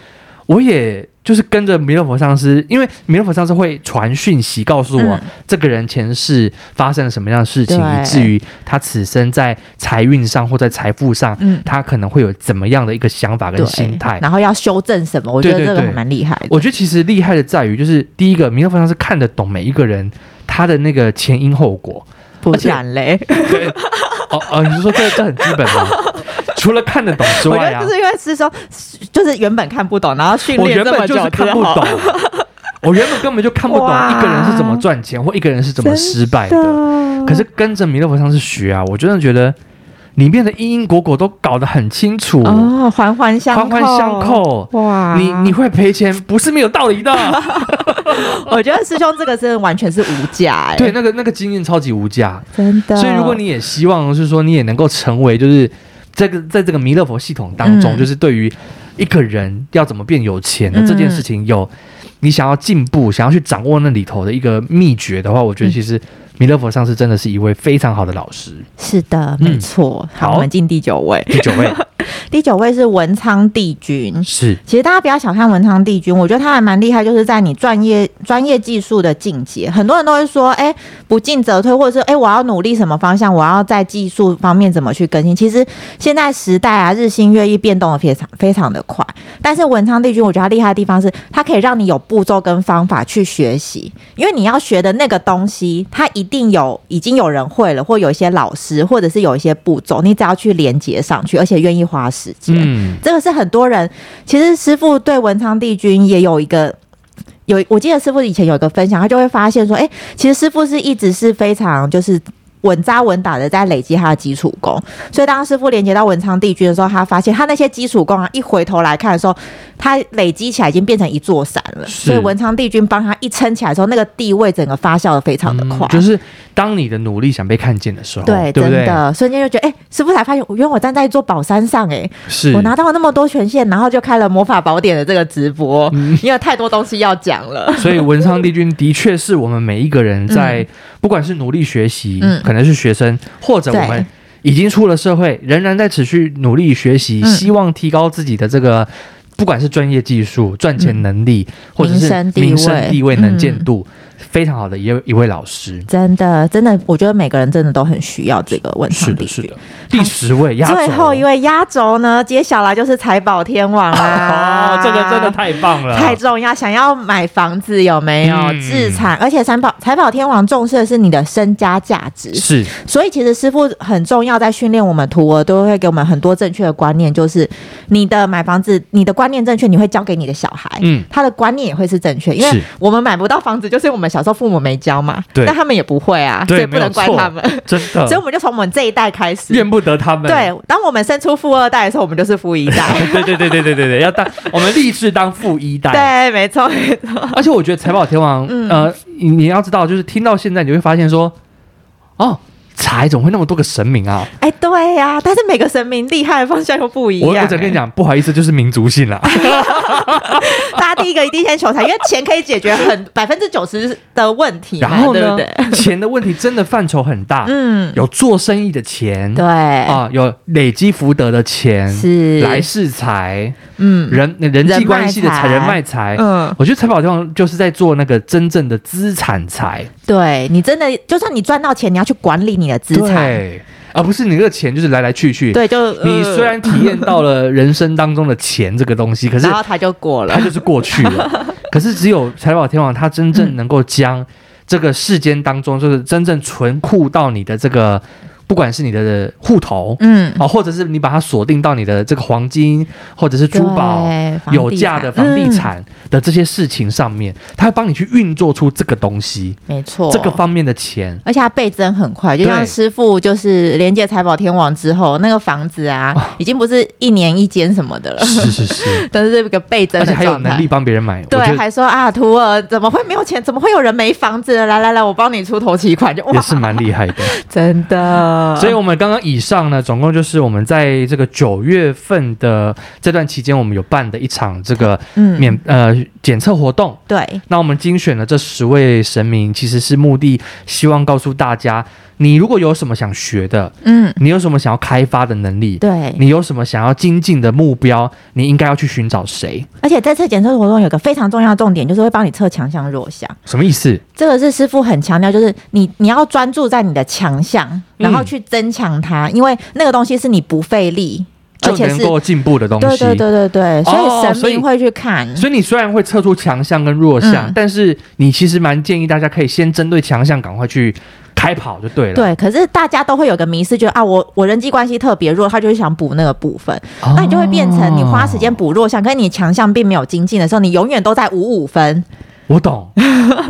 Speaker 2: 我也就是跟着弥勒佛上师，因为弥勒佛上师会传讯息告诉我、
Speaker 3: 嗯
Speaker 2: 这个人前世发生了什么样的事情，
Speaker 3: 对
Speaker 2: 以至于他此生在财运上或在财富上，
Speaker 3: 嗯
Speaker 2: 他可能会有怎么样的一个想法跟心态。
Speaker 3: 然后要修正什么？我觉
Speaker 2: 对
Speaker 3: 得
Speaker 2: 对
Speaker 3: 这个
Speaker 2: 对
Speaker 3: 还蛮厉害的。
Speaker 2: 我觉得其实厉害的在于，就是第一个弥勒佛上师看得懂每一个人他的那个前因后果。
Speaker 3: 不
Speaker 2: 而且
Speaker 3: 然嘞，
Speaker 2: 对，哦哦，你是说这这很基本 吗？除了看得懂之
Speaker 3: 我
Speaker 2: 外
Speaker 3: 觉得
Speaker 2: 啊，
Speaker 3: 就是因为师兄就是原本看不懂，然后训
Speaker 2: 我
Speaker 3: 练
Speaker 2: 原
Speaker 3: 这么
Speaker 2: 本
Speaker 3: 久
Speaker 2: 就是看
Speaker 3: 之
Speaker 2: 不
Speaker 3: 后，
Speaker 2: 懂，我原本根本就看不懂
Speaker 3: 哇
Speaker 2: 一个人是怎么赚钱或一个人是怎么失败的。
Speaker 3: 的
Speaker 2: 可是跟着弥勒佛上师学啊，我真的觉得里面的因因果果都搞得很清楚，
Speaker 3: 哦，环环相
Speaker 2: 环环相。扣。
Speaker 3: 哇，
Speaker 2: 你你呃会赔钱不是没有道理的，
Speaker 3: 我觉得师兄这个真的完全是无价哎、
Speaker 2: 对，，那个那个经验超级无价。
Speaker 3: 真
Speaker 2: 欸
Speaker 3: 的。
Speaker 2: 所以如果你也希望是说你也能够成为就是这个在这个弥勒佛系统当中，
Speaker 3: 嗯
Speaker 2: 就是对于一个人要怎么变有钱的这件事情有
Speaker 3: 嗯
Speaker 2: 你想要进步、想要去掌握那里头的一个秘诀的话，我觉
Speaker 3: 嗯
Speaker 2: 得其实弥勒佛上师真的是一位非常好的老师。
Speaker 3: 是的，
Speaker 2: 嗯
Speaker 3: 没错。
Speaker 2: 好嗯
Speaker 3: 好，我们进第九位，
Speaker 2: 第九 位
Speaker 3: 第九位是文昌帝君。
Speaker 2: 是
Speaker 3: 其实大家不要小看文昌帝君，我觉得他还蛮厉害，就是在你专业专业技术的进阶，很多人都会说，哎，不进则退，或者是哎，我要努力什么方向，我要在技术方面怎么去更新。其实现在时代啊，日新月异，变动的非常非常的快。但是文昌帝君，我觉得他厉害的地方是，它可以让你有步骤跟方法去学习，因为你要学的那个东西，它一定有已经有人会了，或有一些老师，或者是有一些步骤，你只要去连接上去，而且愿意花时间。
Speaker 2: 嗯，
Speaker 3: 这个是很多人，其实师傅对文昌帝君也有一个。有，我记得师傅以前有一个分享，他就会发现说，哎、其实师傅是一直是非常就是稳扎稳打的在累积他的基础功，所以当师傅连接到文昌帝君的时候，他发现他那些基础功啊，一回头来看的时候，他累积起来已经变成一座山了，
Speaker 2: 是
Speaker 3: 所以文昌帝君帮他一撑起来的时候，那个地位整个发酵的非常的快，
Speaker 2: 嗯就是当你的努力想被看见的时候，
Speaker 3: 对，
Speaker 2: 对不
Speaker 3: 真
Speaker 2: 对？
Speaker 3: 的瞬间就觉得，哎、师傅才发现，原来我站在一座宝山上、哎，
Speaker 2: 是
Speaker 3: 我拿到了那么多权限，然后就开了魔法宝典的这个直播，因为太多东西要讲了。
Speaker 2: 所以文昌帝君的确是我们每一个人在，不管是努力学习，
Speaker 3: 嗯
Speaker 2: 可能是学生，或者我们
Speaker 3: 对
Speaker 2: 已经出了社会，仍然在持续努力学习，
Speaker 3: 嗯
Speaker 2: 希望提高自己的这个不管是专业技术、赚钱能力，或者
Speaker 3: 嗯名
Speaker 2: 是
Speaker 3: 声地
Speaker 2: 名声
Speaker 3: 位
Speaker 2: 地位、能见
Speaker 3: 嗯
Speaker 2: 度，非常好的一位一位老师。
Speaker 3: 真的，真的，我觉得每个人真的都很需要这个文
Speaker 2: 是
Speaker 3: 创
Speaker 2: 的，
Speaker 3: 地
Speaker 2: 是的
Speaker 3: 区。。
Speaker 2: 第十位压轴，
Speaker 3: 最后一位压轴呢，揭晓了，就是财宝天王啦、
Speaker 2: 哦，这个真的太棒了，
Speaker 3: 太重要！想要买房子有没有
Speaker 2: 嗯
Speaker 3: 自产？而且财宝财宝天王重视的是你的身家价值，
Speaker 2: 是
Speaker 3: 所以其实师傅很重要，在训练我们徒儿都会给我们很多正确的观念，就是你的买房子，你的观念正确，你会教给你的小孩，
Speaker 2: 嗯
Speaker 3: 他的观念也会是正确，因
Speaker 2: 是
Speaker 3: 为我们买不到房子，就是我们小时候父母没教嘛，
Speaker 2: 对
Speaker 3: 但他们也不会啊，
Speaker 2: 对
Speaker 3: 所以不能怪
Speaker 2: 没有错
Speaker 3: 他们，
Speaker 2: 真
Speaker 3: 所以我
Speaker 2: 的，
Speaker 3: 们就从我们这一代开始，
Speaker 2: 怨不得他们。
Speaker 3: 对，当我们生出富二代的时候，我们就是富一代。
Speaker 2: 对对对对对对对，要当我们立志当富一代。
Speaker 3: 对，没错，没错。
Speaker 2: 而且我觉得财宝天王，呃，你你要知道，就是听到现在，你会发现说，哦，财怎么会那么多个神明啊？
Speaker 3: 哎，对呀、但是每个神明厉害的方向又不一
Speaker 2: 我
Speaker 3: 样、
Speaker 2: 我只跟你讲，不好意思，就是民族性啦。
Speaker 3: 哎，大家第一个一定先求财，因为钱可以解决很百分之九十的问题嘛，
Speaker 2: 然后
Speaker 3: 对
Speaker 2: 呢
Speaker 3: 不对？，
Speaker 2: 钱的问题真的范畴很大，
Speaker 3: 嗯，
Speaker 2: 有做生意的钱，
Speaker 3: 对，
Speaker 2: 啊，有累积福德的钱，
Speaker 3: 是
Speaker 2: 来世财，
Speaker 3: 嗯，
Speaker 2: 人人际
Speaker 3: 人脉
Speaker 2: 关系的财，
Speaker 3: 财
Speaker 2: 人脉财。
Speaker 3: 嗯，
Speaker 2: 我觉得财宝天王就是在做那个真正的资产财，
Speaker 3: 对你真的，就算你赚到钱，你要去管理你的资产，
Speaker 2: 对，而不是你那个钱就是来来去去。
Speaker 3: 对，就
Speaker 2: 你
Speaker 3: 呃
Speaker 2: 虽然体验到了人生当中的钱这个东西，可是
Speaker 3: 然后他就过了
Speaker 2: 它，就是过去 了。可是只有财宝天王，他真正能够将这个世间当中，就是真正存库到你的这个，不管是你的户头。
Speaker 3: 嗯，
Speaker 2: 啊，或者是你把它锁定到你的这个黄金，或者是珠宝、
Speaker 3: 对房地
Speaker 2: 有价的房地
Speaker 3: 产
Speaker 2: 产的这些事情上面，他会帮你去运作出这个东西，
Speaker 3: 嗯没错，
Speaker 2: 这个方面的 钱。
Speaker 3: 而且它倍增很快，就
Speaker 2: 对
Speaker 3: 像师傅就是连接财宝天王之后，那个房子啊，
Speaker 2: 哦
Speaker 3: 已经不是一年一间什么的了，
Speaker 2: 是是是，
Speaker 3: 但是这个倍增
Speaker 2: 而且
Speaker 3: 的
Speaker 2: 还有
Speaker 3: 状
Speaker 2: 能力
Speaker 3: 态。
Speaker 2: 帮别人买，我
Speaker 3: 对
Speaker 2: 觉，得
Speaker 3: 还说啊，徒儿怎么会没有钱？怎么会有人没房子？来来来，我帮你出头期款，就
Speaker 2: 也
Speaker 3: 哇，
Speaker 2: 是蛮厉害的。
Speaker 3: 真的。
Speaker 2: 所以，我们刚刚以上呢，总共就是我们在这个九月份的这段期间，我们有办的一场这个
Speaker 3: 嗯
Speaker 2: 免、呃检测活动。
Speaker 3: 对，
Speaker 2: 那我们精选了这十位神明，其实是目的希望告诉大家，你如果有什么想学的，
Speaker 3: 嗯，
Speaker 2: 你有什么想要开发的能力，
Speaker 3: 对。
Speaker 2: 你有什么想要精进的目标，你应该要去寻找谁？
Speaker 3: 而且这次检测活动有个非常重要的重点，就是会帮你测强项弱项。
Speaker 2: 什么意思？
Speaker 3: 这个是师傅很强调，就是你你要专注在你的强项，然
Speaker 2: 嗯
Speaker 3: 后去增强它，因为那个东西是你不费力，而
Speaker 2: 就
Speaker 3: 且
Speaker 2: 能
Speaker 3: 是
Speaker 2: 够进步的东西。
Speaker 3: 对对对对对，
Speaker 2: 哦
Speaker 3: 所以
Speaker 2: 所
Speaker 3: 神
Speaker 2: 以
Speaker 3: 明会去看。
Speaker 2: 所以你虽然会测出强项跟弱项，
Speaker 3: 嗯
Speaker 2: 但是你其实蛮建议大家可以先针对强项赶快去开跑就对了。
Speaker 3: 对，可是大家都会有个迷失，觉得啊，我我人际关系特别弱，他就会想补那个部分，
Speaker 2: 哦，
Speaker 3: 那你就会变成你花时间补弱项，跟你强项并没有精进的时候，你永远都在五五分。
Speaker 2: 我 懂，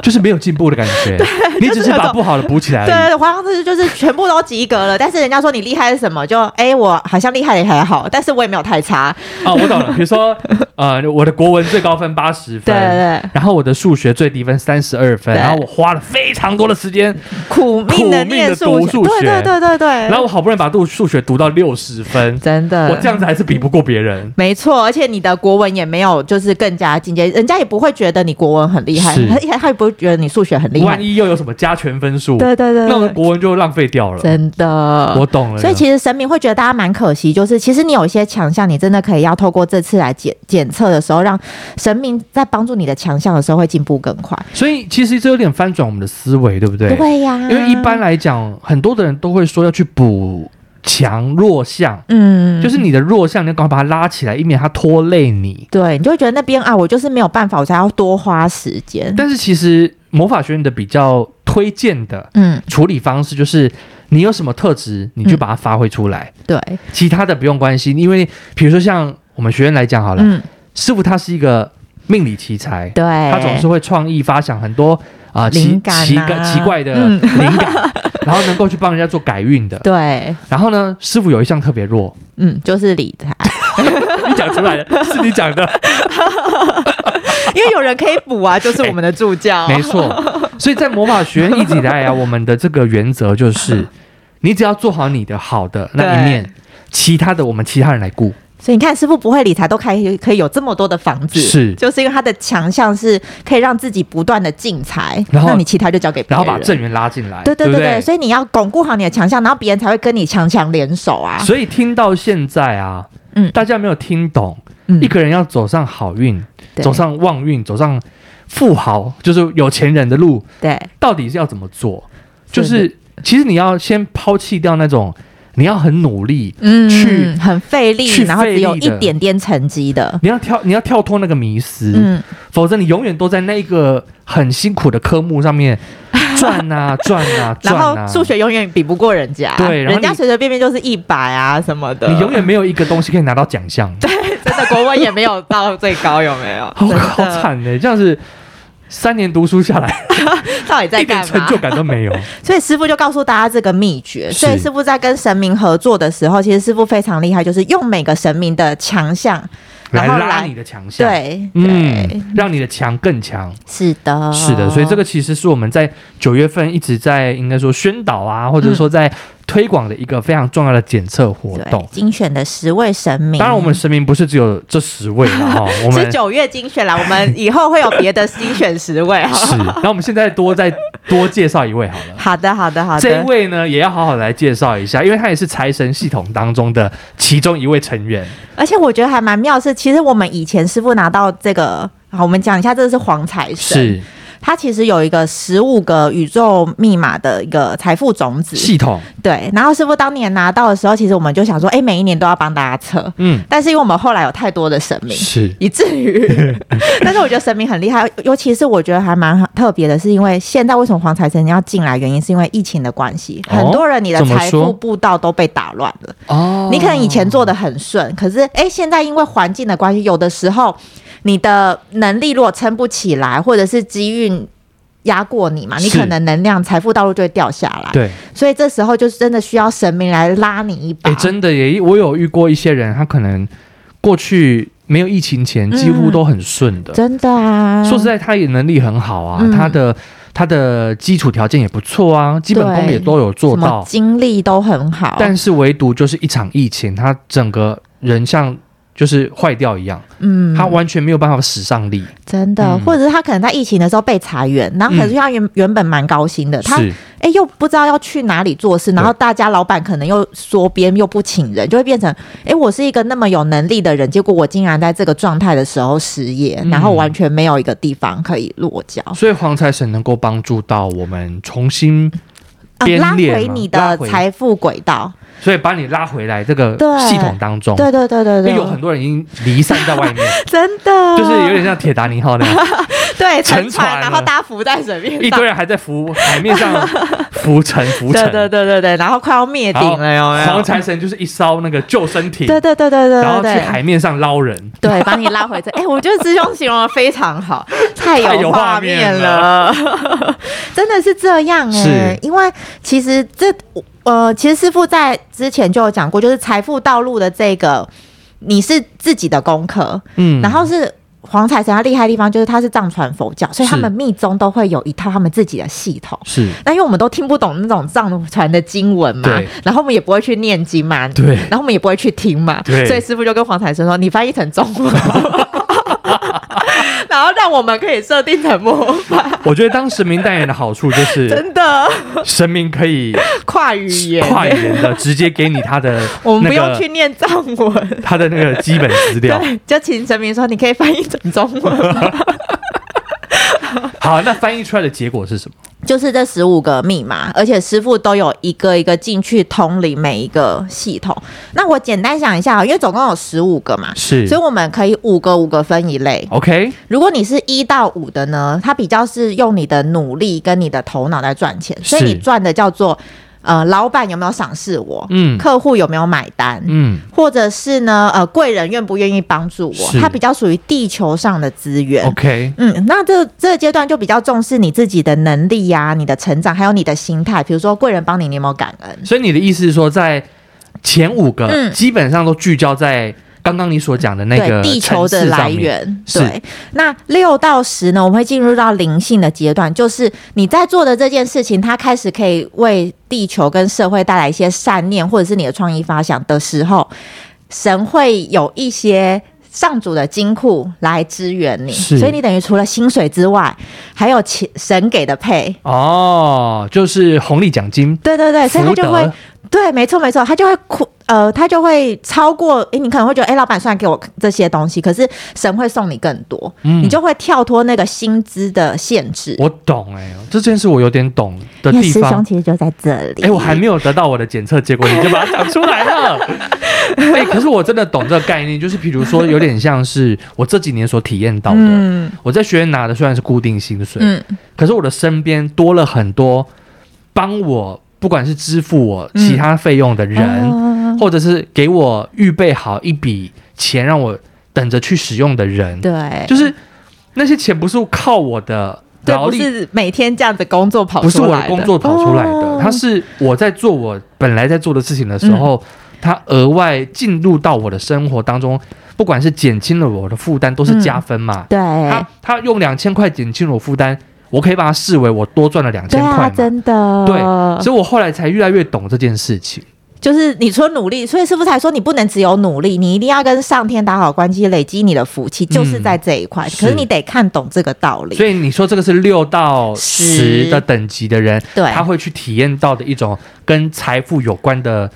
Speaker 2: 就是没有进步的感觉。 你只是把不好的补起来
Speaker 3: 对
Speaker 2: 而
Speaker 3: 对
Speaker 2: 已。
Speaker 3: 对，花样就是就是全部都及格了，但是人家说你厉害是什么，就哎、我好像厉害的还好，但是我也没有太差。
Speaker 2: 哦，我懂了。比如 说，呃，我的国文最高分八十
Speaker 3: 对
Speaker 2: 分，
Speaker 3: 对对，
Speaker 2: 然后我的数学最低分三十二分，
Speaker 3: 对
Speaker 2: 然后我花了非常多的时间，
Speaker 3: 苦命的
Speaker 2: 苦命地
Speaker 3: 念
Speaker 2: 读
Speaker 3: 数
Speaker 2: 数学
Speaker 3: 对对对对对，
Speaker 2: 然后我好不容易把读数学读到六十分，
Speaker 3: 真的
Speaker 2: 我这样子还是比不过别人。
Speaker 3: 没错，而且你的国文也没有就是更加进阶，人家也不会觉得你国文很厉害，
Speaker 2: 是
Speaker 3: 而且他也不会觉得你数学很厉害
Speaker 2: 万。一又有什么加权分数，
Speaker 3: 对对对
Speaker 2: 那我
Speaker 3: 对
Speaker 2: 的国文就浪费掉了。
Speaker 3: 真
Speaker 2: 我
Speaker 3: 的。
Speaker 2: 懂了。
Speaker 3: 所以其实神明会觉得大家蛮可惜，就是其实你有一些强项，你真的可以要透过这次来检检测的时候，让神明在帮助你的强项的时候会进步更快。
Speaker 2: 所以其实这有点翻转我们的思维，对不对？
Speaker 3: 对啊呀、
Speaker 2: 因为一般来讲，很多的人都会说要去补强弱项，
Speaker 3: 嗯，
Speaker 2: 就是你的弱项，你要赶快把它拉起来，以免它拖累你。
Speaker 3: 对，你就会觉得那边啊，我就是没有办法，我才要多花时间。
Speaker 2: 但是其实魔法学院的比较推荐的
Speaker 3: 嗯，
Speaker 2: 处理方式就是。你有什么特质，你就把它发挥出来，
Speaker 3: 对，
Speaker 2: 其他的不用关心。因为比如说像我们学院来讲好了，
Speaker 3: 嗯，
Speaker 2: 师傅他是一个命理奇才，
Speaker 3: 对，
Speaker 2: 他
Speaker 3: 他
Speaker 2: 总是会创意发想很多啊、奇
Speaker 3: 哎灵感啊
Speaker 2: 奇怪奇怪的
Speaker 3: 嗯
Speaker 2: 灵感， 然后能够去帮人家做改运的。
Speaker 3: 对，
Speaker 2: 然后呢，师傅有一项特别弱，
Speaker 3: 嗯，就是理 财，
Speaker 2: 你讲出来 的是你讲的，
Speaker 3: 因为有人可以补啊，就是我们的助 教。
Speaker 2: 没错。所以在魔法学院一直以来啊，我们的这个原则就是， 你只要做好你的好的那一面，其他的我们其他人来顾。
Speaker 3: 所以你看，师傅不会理财都可以可以有这么多的房子，
Speaker 2: 是
Speaker 3: 就是因为他的强项是可以让自己不断的进财，
Speaker 2: 然后
Speaker 3: 那你其他就交给别
Speaker 2: 然
Speaker 3: 人，
Speaker 2: 后把正缘拉进来，
Speaker 3: 对对
Speaker 2: 不
Speaker 3: 对对，所以你要巩固好你的强项，然后别人才会跟你强强联手啊。
Speaker 2: 所以听到现在啊，
Speaker 3: 嗯
Speaker 2: 大家没有听懂，
Speaker 3: 嗯
Speaker 2: 一个人要走上好运，
Speaker 3: 对
Speaker 2: 走上旺运，走上富豪，就是有钱人的路，
Speaker 3: 对，
Speaker 2: 到底是要怎么做？就是是其实你要先抛弃掉那种你要很努力，
Speaker 3: 嗯
Speaker 2: 去
Speaker 3: 很费力，
Speaker 2: 去
Speaker 3: 然后只有
Speaker 2: 费
Speaker 3: 一
Speaker 2: 力的
Speaker 3: 点点成绩的，
Speaker 2: 你要跳，你要跳脱那个迷思，
Speaker 3: 嗯，
Speaker 2: 否则你永远都在那个很辛苦的科目上 面转啊转啊转
Speaker 3: 然
Speaker 2: 啊，
Speaker 3: 后数学永远比不过人家，
Speaker 2: 对然后
Speaker 3: 人家
Speaker 2: 你
Speaker 3: 随随便便就是一百啊什么的，
Speaker 2: 你永远没有一个东西可以拿到奖项，
Speaker 3: 真的国文也没有到最高，有没有？
Speaker 2: 好
Speaker 3: 真的
Speaker 2: 好，惨的、这样子三年读书下来，
Speaker 3: 到底在
Speaker 2: 一点
Speaker 3: 干
Speaker 2: 成
Speaker 3: 嘛
Speaker 2: 就？感都没有。
Speaker 3: 所以师傅就告诉大家这个秘诀。
Speaker 2: 是
Speaker 3: 所以师傅在跟神明合作的时候，其实师傅非常厉害，就是用每个神明的强项，
Speaker 2: 来
Speaker 3: 然后
Speaker 2: 拉
Speaker 3: 来
Speaker 2: 你的强项，，
Speaker 3: 对，对，哦
Speaker 2: 嗯，让你的强更强。
Speaker 3: 是的，
Speaker 2: 是的，所以这个其实是我们在九月份一直在应该说宣导啊，或者说在推广的一个非常重要的检测活
Speaker 3: 对
Speaker 2: 动。
Speaker 3: 精选的十位神明，
Speaker 2: 当然，我们神明不是只有这十位 了哈，我们
Speaker 3: 是九月精选啦，我们以后会有别的精选十位啊哈。
Speaker 2: 是，那我们现在多再多介绍一位好了。
Speaker 3: 好的，好的，好
Speaker 2: 这一
Speaker 3: 的。
Speaker 2: 位呢，也要好好来介绍一下，因为他也是财神系统当中的其中一位成员。
Speaker 3: 而且我觉得还蛮妙的是，其实我们以前师傅拿到这个，好，我们讲一下，这个是黄财神，
Speaker 2: 是
Speaker 3: 它其实有一个十五个宇宙密码的一个财富种子，
Speaker 2: 系统，
Speaker 3: 对。然后师傅当年拿到的时候，其实我们就想说，哎，每一年都要帮大家测，
Speaker 2: 嗯，
Speaker 3: 但是因为我们后来有太多的神 明。
Speaker 2: 是
Speaker 3: 以至于，但是我觉得神明很厉害，尤其是我觉得还蛮特别的，是因为现在为什么黄财神要进来，原因是因为疫情的关系，
Speaker 2: 哦
Speaker 3: 很多人你的
Speaker 2: 怎么
Speaker 3: 财
Speaker 2: 说
Speaker 3: 富步道都被打乱了。
Speaker 2: 哦
Speaker 3: 你可能以前做的很顺，可是哎、诶现在因为环境的关系，有的时候你的能力如果撑不起来，或者是机运压过你嘛，你
Speaker 2: 是
Speaker 3: 可能能量、财富道路就会掉下来。
Speaker 2: 对，
Speaker 3: 所以这时候就是真的需要神明来拉你一把。
Speaker 2: 哎、真的耶！我有遇过一些人，他可能过去没有疫情前几乎都很顺的。
Speaker 3: 嗯真的啊！
Speaker 2: 说实在，他也能力很好啊，
Speaker 3: 嗯
Speaker 2: 他的他的基础条件也不错啊，基本功也都有做
Speaker 3: 什么
Speaker 2: 到。
Speaker 3: 经历都很好，
Speaker 2: 但是唯独就是一场疫情，他整个人像就是坏掉一样，
Speaker 3: 嗯，
Speaker 2: 他完全没有办法使上力。
Speaker 3: 真的，
Speaker 2: 嗯
Speaker 3: 或者是他可能在疫情的时候被裁员，然后可是他原、原本蛮高薪的，他
Speaker 2: 是
Speaker 3: 哎、又不知道要去哪里做事，然后大家老板可能又缩编又不请人，就会变成哎、我是一个那么有能力的人，结果我竟然在这个状态的时候失业，
Speaker 2: 嗯
Speaker 3: 然后完全没有一个地方可以落脚，
Speaker 2: 所以黄财神能够帮助到我们重新，
Speaker 3: 啊
Speaker 2: 编
Speaker 3: 拉
Speaker 2: 列
Speaker 3: 回
Speaker 2: 嘛
Speaker 3: 你
Speaker 2: 拉
Speaker 3: 的
Speaker 2: 回
Speaker 3: 财富轨道。
Speaker 2: 所以把你拉回来这个
Speaker 3: 对
Speaker 2: 系统当中。
Speaker 3: 对对对对啊
Speaker 2: 因为哦
Speaker 3: 对，
Speaker 2: 哎有很多人已经离散在外面，
Speaker 3: 真的
Speaker 2: 就是有点像铁达尼号那 样，
Speaker 3: 对
Speaker 2: 沉
Speaker 3: 沉船，
Speaker 2: 船
Speaker 3: 然
Speaker 2: 了
Speaker 3: 后大家浮在水面
Speaker 2: 一
Speaker 3: 上
Speaker 2: 堆。人还在浮海面上 浮沉浮沉，
Speaker 3: 对对对对对，然后快要灭顶
Speaker 2: 然后
Speaker 3: 了，有没有
Speaker 2: 黄？财神就是一艘那个救生艇，
Speaker 3: 对对对对对对，
Speaker 2: 然后去
Speaker 3: 对
Speaker 2: 海面上捞人，
Speaker 3: 对，把你拉回这。哎、我觉得师兄形容的非常好， 太
Speaker 2: 太有
Speaker 3: 有
Speaker 2: 画
Speaker 3: 画
Speaker 2: 面
Speaker 3: 面了， 真的是这样哎、
Speaker 2: 是
Speaker 3: 因为其实这呃，其实师傅在之前就有讲过，就是财富道路的这个，你是自己的功课，
Speaker 2: 嗯
Speaker 3: 然后是。黄财神他厉害的地方就是他是藏传佛教，所以他
Speaker 2: 是
Speaker 3: 们密宗都会有一套他们自己的系统。
Speaker 2: 是
Speaker 3: 那因为我们都听不懂那种藏传的经文嘛
Speaker 2: 对，
Speaker 3: 然后我们也不会去念经嘛，
Speaker 2: 对
Speaker 3: 然后我们也不会去听嘛，
Speaker 2: 对
Speaker 3: 所以师傅就跟黄财神说：“你翻译成中文。” 然后让我们可以设定成模板，
Speaker 2: 我觉得当神明代言的好处就是
Speaker 3: 真的
Speaker 2: 神明可以
Speaker 3: 跨语言，
Speaker 2: 跨语言的直接给你他的
Speaker 3: 我们
Speaker 2: 那
Speaker 3: 不用
Speaker 2: 个
Speaker 3: 去念藏文，
Speaker 2: 他的那个基本资料。
Speaker 3: 对，就请神明说：“你可以翻译成中文 吗。
Speaker 2: 好，那翻译出来的结果是什么？”
Speaker 3: 就是这十五个密码，而且师傅都有一个一个进去通灵每一个系统。那我简单想一下，因为总共有十五个嘛，
Speaker 2: 是
Speaker 3: 所以我们可以五个五个分一类。
Speaker 2: OK，
Speaker 3: 如果你是一到五的呢，它比较是用你的努力跟你的头脑在赚钱，所以
Speaker 2: 是
Speaker 3: 你赚的叫做呃，老板有没有赏识我，
Speaker 2: 嗯
Speaker 3: 客户有没有买单，
Speaker 2: 嗯，
Speaker 3: 或者是呢，呃，贵人愿不愿意帮助我
Speaker 2: 是，
Speaker 3: 它比较属于地球上的资源。
Speaker 2: OK，
Speaker 3: 嗯，那这这个阶段就比较重视你自己的能力呀、你的成长，还有你的心态。比如说贵人帮你，你有没有感恩？
Speaker 2: 所以你的意思是说，在前五个
Speaker 3: 嗯
Speaker 2: 基本上都聚焦在刚刚你所讲的那个
Speaker 3: 对地球
Speaker 2: 层
Speaker 3: 的
Speaker 2: 次上
Speaker 3: 来
Speaker 2: 面，
Speaker 3: 源。
Speaker 2: 是
Speaker 3: 对，那六到十呢，我们会进入到灵性的阶段，就是你在做的这件事情，它开始可以为地球跟社会带来一些善念，或者是你的创意发想的时候，神会有一些。上主的金库来支援你，
Speaker 2: 是
Speaker 3: 所以你等于除了薪水之外，还有钱神给的配，
Speaker 2: 哦，就是红利奖金，
Speaker 3: 对对对，所以他
Speaker 2: 福
Speaker 3: 就
Speaker 2: 德
Speaker 3: 会对，没错没错，他就会扩呃，他就会超过，诶，你可能会觉得，诶，老板虽然给我这些东西，可是神会送你更多，
Speaker 2: 嗯
Speaker 3: 你就会跳脱那个薪资的限制。
Speaker 2: 我懂哎、这件事我有点懂的
Speaker 3: 因为
Speaker 2: 地
Speaker 3: 师兄
Speaker 2: 方。
Speaker 3: 其实就在这里。
Speaker 2: 哎、我还没有得到我的检测结果，你就把它讲出来 了。哎、可是我真的懂这个概念，就是比如说，有点像是我这几年所体验到的。
Speaker 3: 嗯
Speaker 2: 我在学院拿的虽然是固定薪水，
Speaker 3: 嗯，
Speaker 2: 可是我的身边多了很多帮我，不管是支付我
Speaker 3: 嗯
Speaker 2: 其他费用的人，
Speaker 3: 哦
Speaker 2: 或者是给我预备好一笔钱让我等着去使用的人，
Speaker 3: 对，
Speaker 2: 就是那些钱不是靠我的
Speaker 3: 对，
Speaker 2: 劳
Speaker 3: 不
Speaker 2: 力，
Speaker 3: 是每天这样子工作跑
Speaker 2: 不是
Speaker 3: 出
Speaker 2: 我
Speaker 3: 来
Speaker 2: 的工作跑出来的，它是我在做我本来在做的事情的时候，它额外进入到我的生活当中，不管是减轻了我的负担，都是加分嘛。
Speaker 3: 对
Speaker 2: 他他用两千块减轻我负担，我可以把它视为我多赚了两
Speaker 3: 对
Speaker 2: 千块
Speaker 3: 啊，
Speaker 2: 嘛。
Speaker 3: 真的
Speaker 2: 对所以我后来才越来越懂这件事情。
Speaker 3: 就是你说努力，所以师傅才说你不能只有努力，你一定要跟上天打好关系，累积你的福气，就是在这一块。
Speaker 2: 嗯是
Speaker 3: 可是你得看懂这个道理。
Speaker 2: 所以你说这个是六到
Speaker 3: 十
Speaker 2: 十的等级的人，
Speaker 3: 对
Speaker 2: 他会去体验到的一种跟财富有关的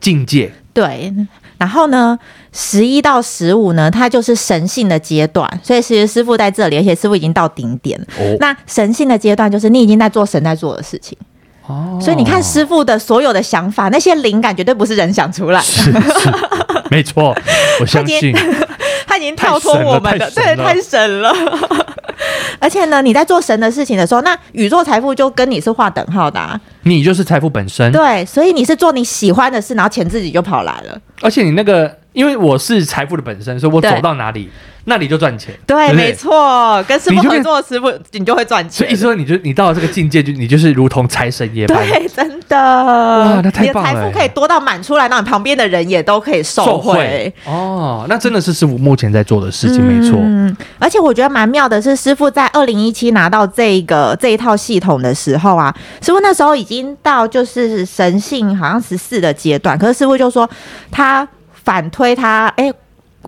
Speaker 2: 境界。
Speaker 3: 对，然后呢，十一到十五呢，它就是神性的阶段，所以其实师傅在这里，而且师傅已经到顶点了。
Speaker 2: 哦
Speaker 3: 那神性的阶段就是你已经在做神在做的事情，
Speaker 2: 哦
Speaker 3: 所以你看师傅的所有的想法，那些灵感绝对不是人想 出来的，
Speaker 2: 是是，没错，我相信。
Speaker 3: 他已经跳脱我们
Speaker 2: 太
Speaker 3: 的，
Speaker 2: 神了
Speaker 3: 对，太神了。 而且呢，你在做神的事情的时候，那宇宙财富就跟你是划等号的、啊，
Speaker 2: 你就是财富本身，
Speaker 3: 对，所以你是做你喜欢的事，然后钱自己就跑来了，
Speaker 2: 而且你那个，因为我是财富的本身，所以我
Speaker 3: 对
Speaker 2: 走到哪里，那里就赚钱，
Speaker 3: 对，
Speaker 2: 不
Speaker 3: 没错，跟师
Speaker 2: 你
Speaker 3: 傅
Speaker 2: 就变
Speaker 3: 合作，师傅你就会赚
Speaker 2: 所
Speaker 3: 钱
Speaker 2: 以意，思说，你就你到了这个境界，就你就是如同财神爷般
Speaker 3: 对，真的，哇
Speaker 2: 那太
Speaker 3: 你的
Speaker 2: 棒
Speaker 3: 财
Speaker 2: 了欸
Speaker 3: 富可以多到满出来，让你旁边的人也都可以受惠。
Speaker 2: 哦，那真的是师傅目前在做的事情，没错。
Speaker 3: 嗯，而且我觉得蛮妙的是，师傅在二零一七拿到这个这一套系统的时候啊，师傅那时候已经到就是神性好像十四的阶段，可是师傅就说他反推他哎。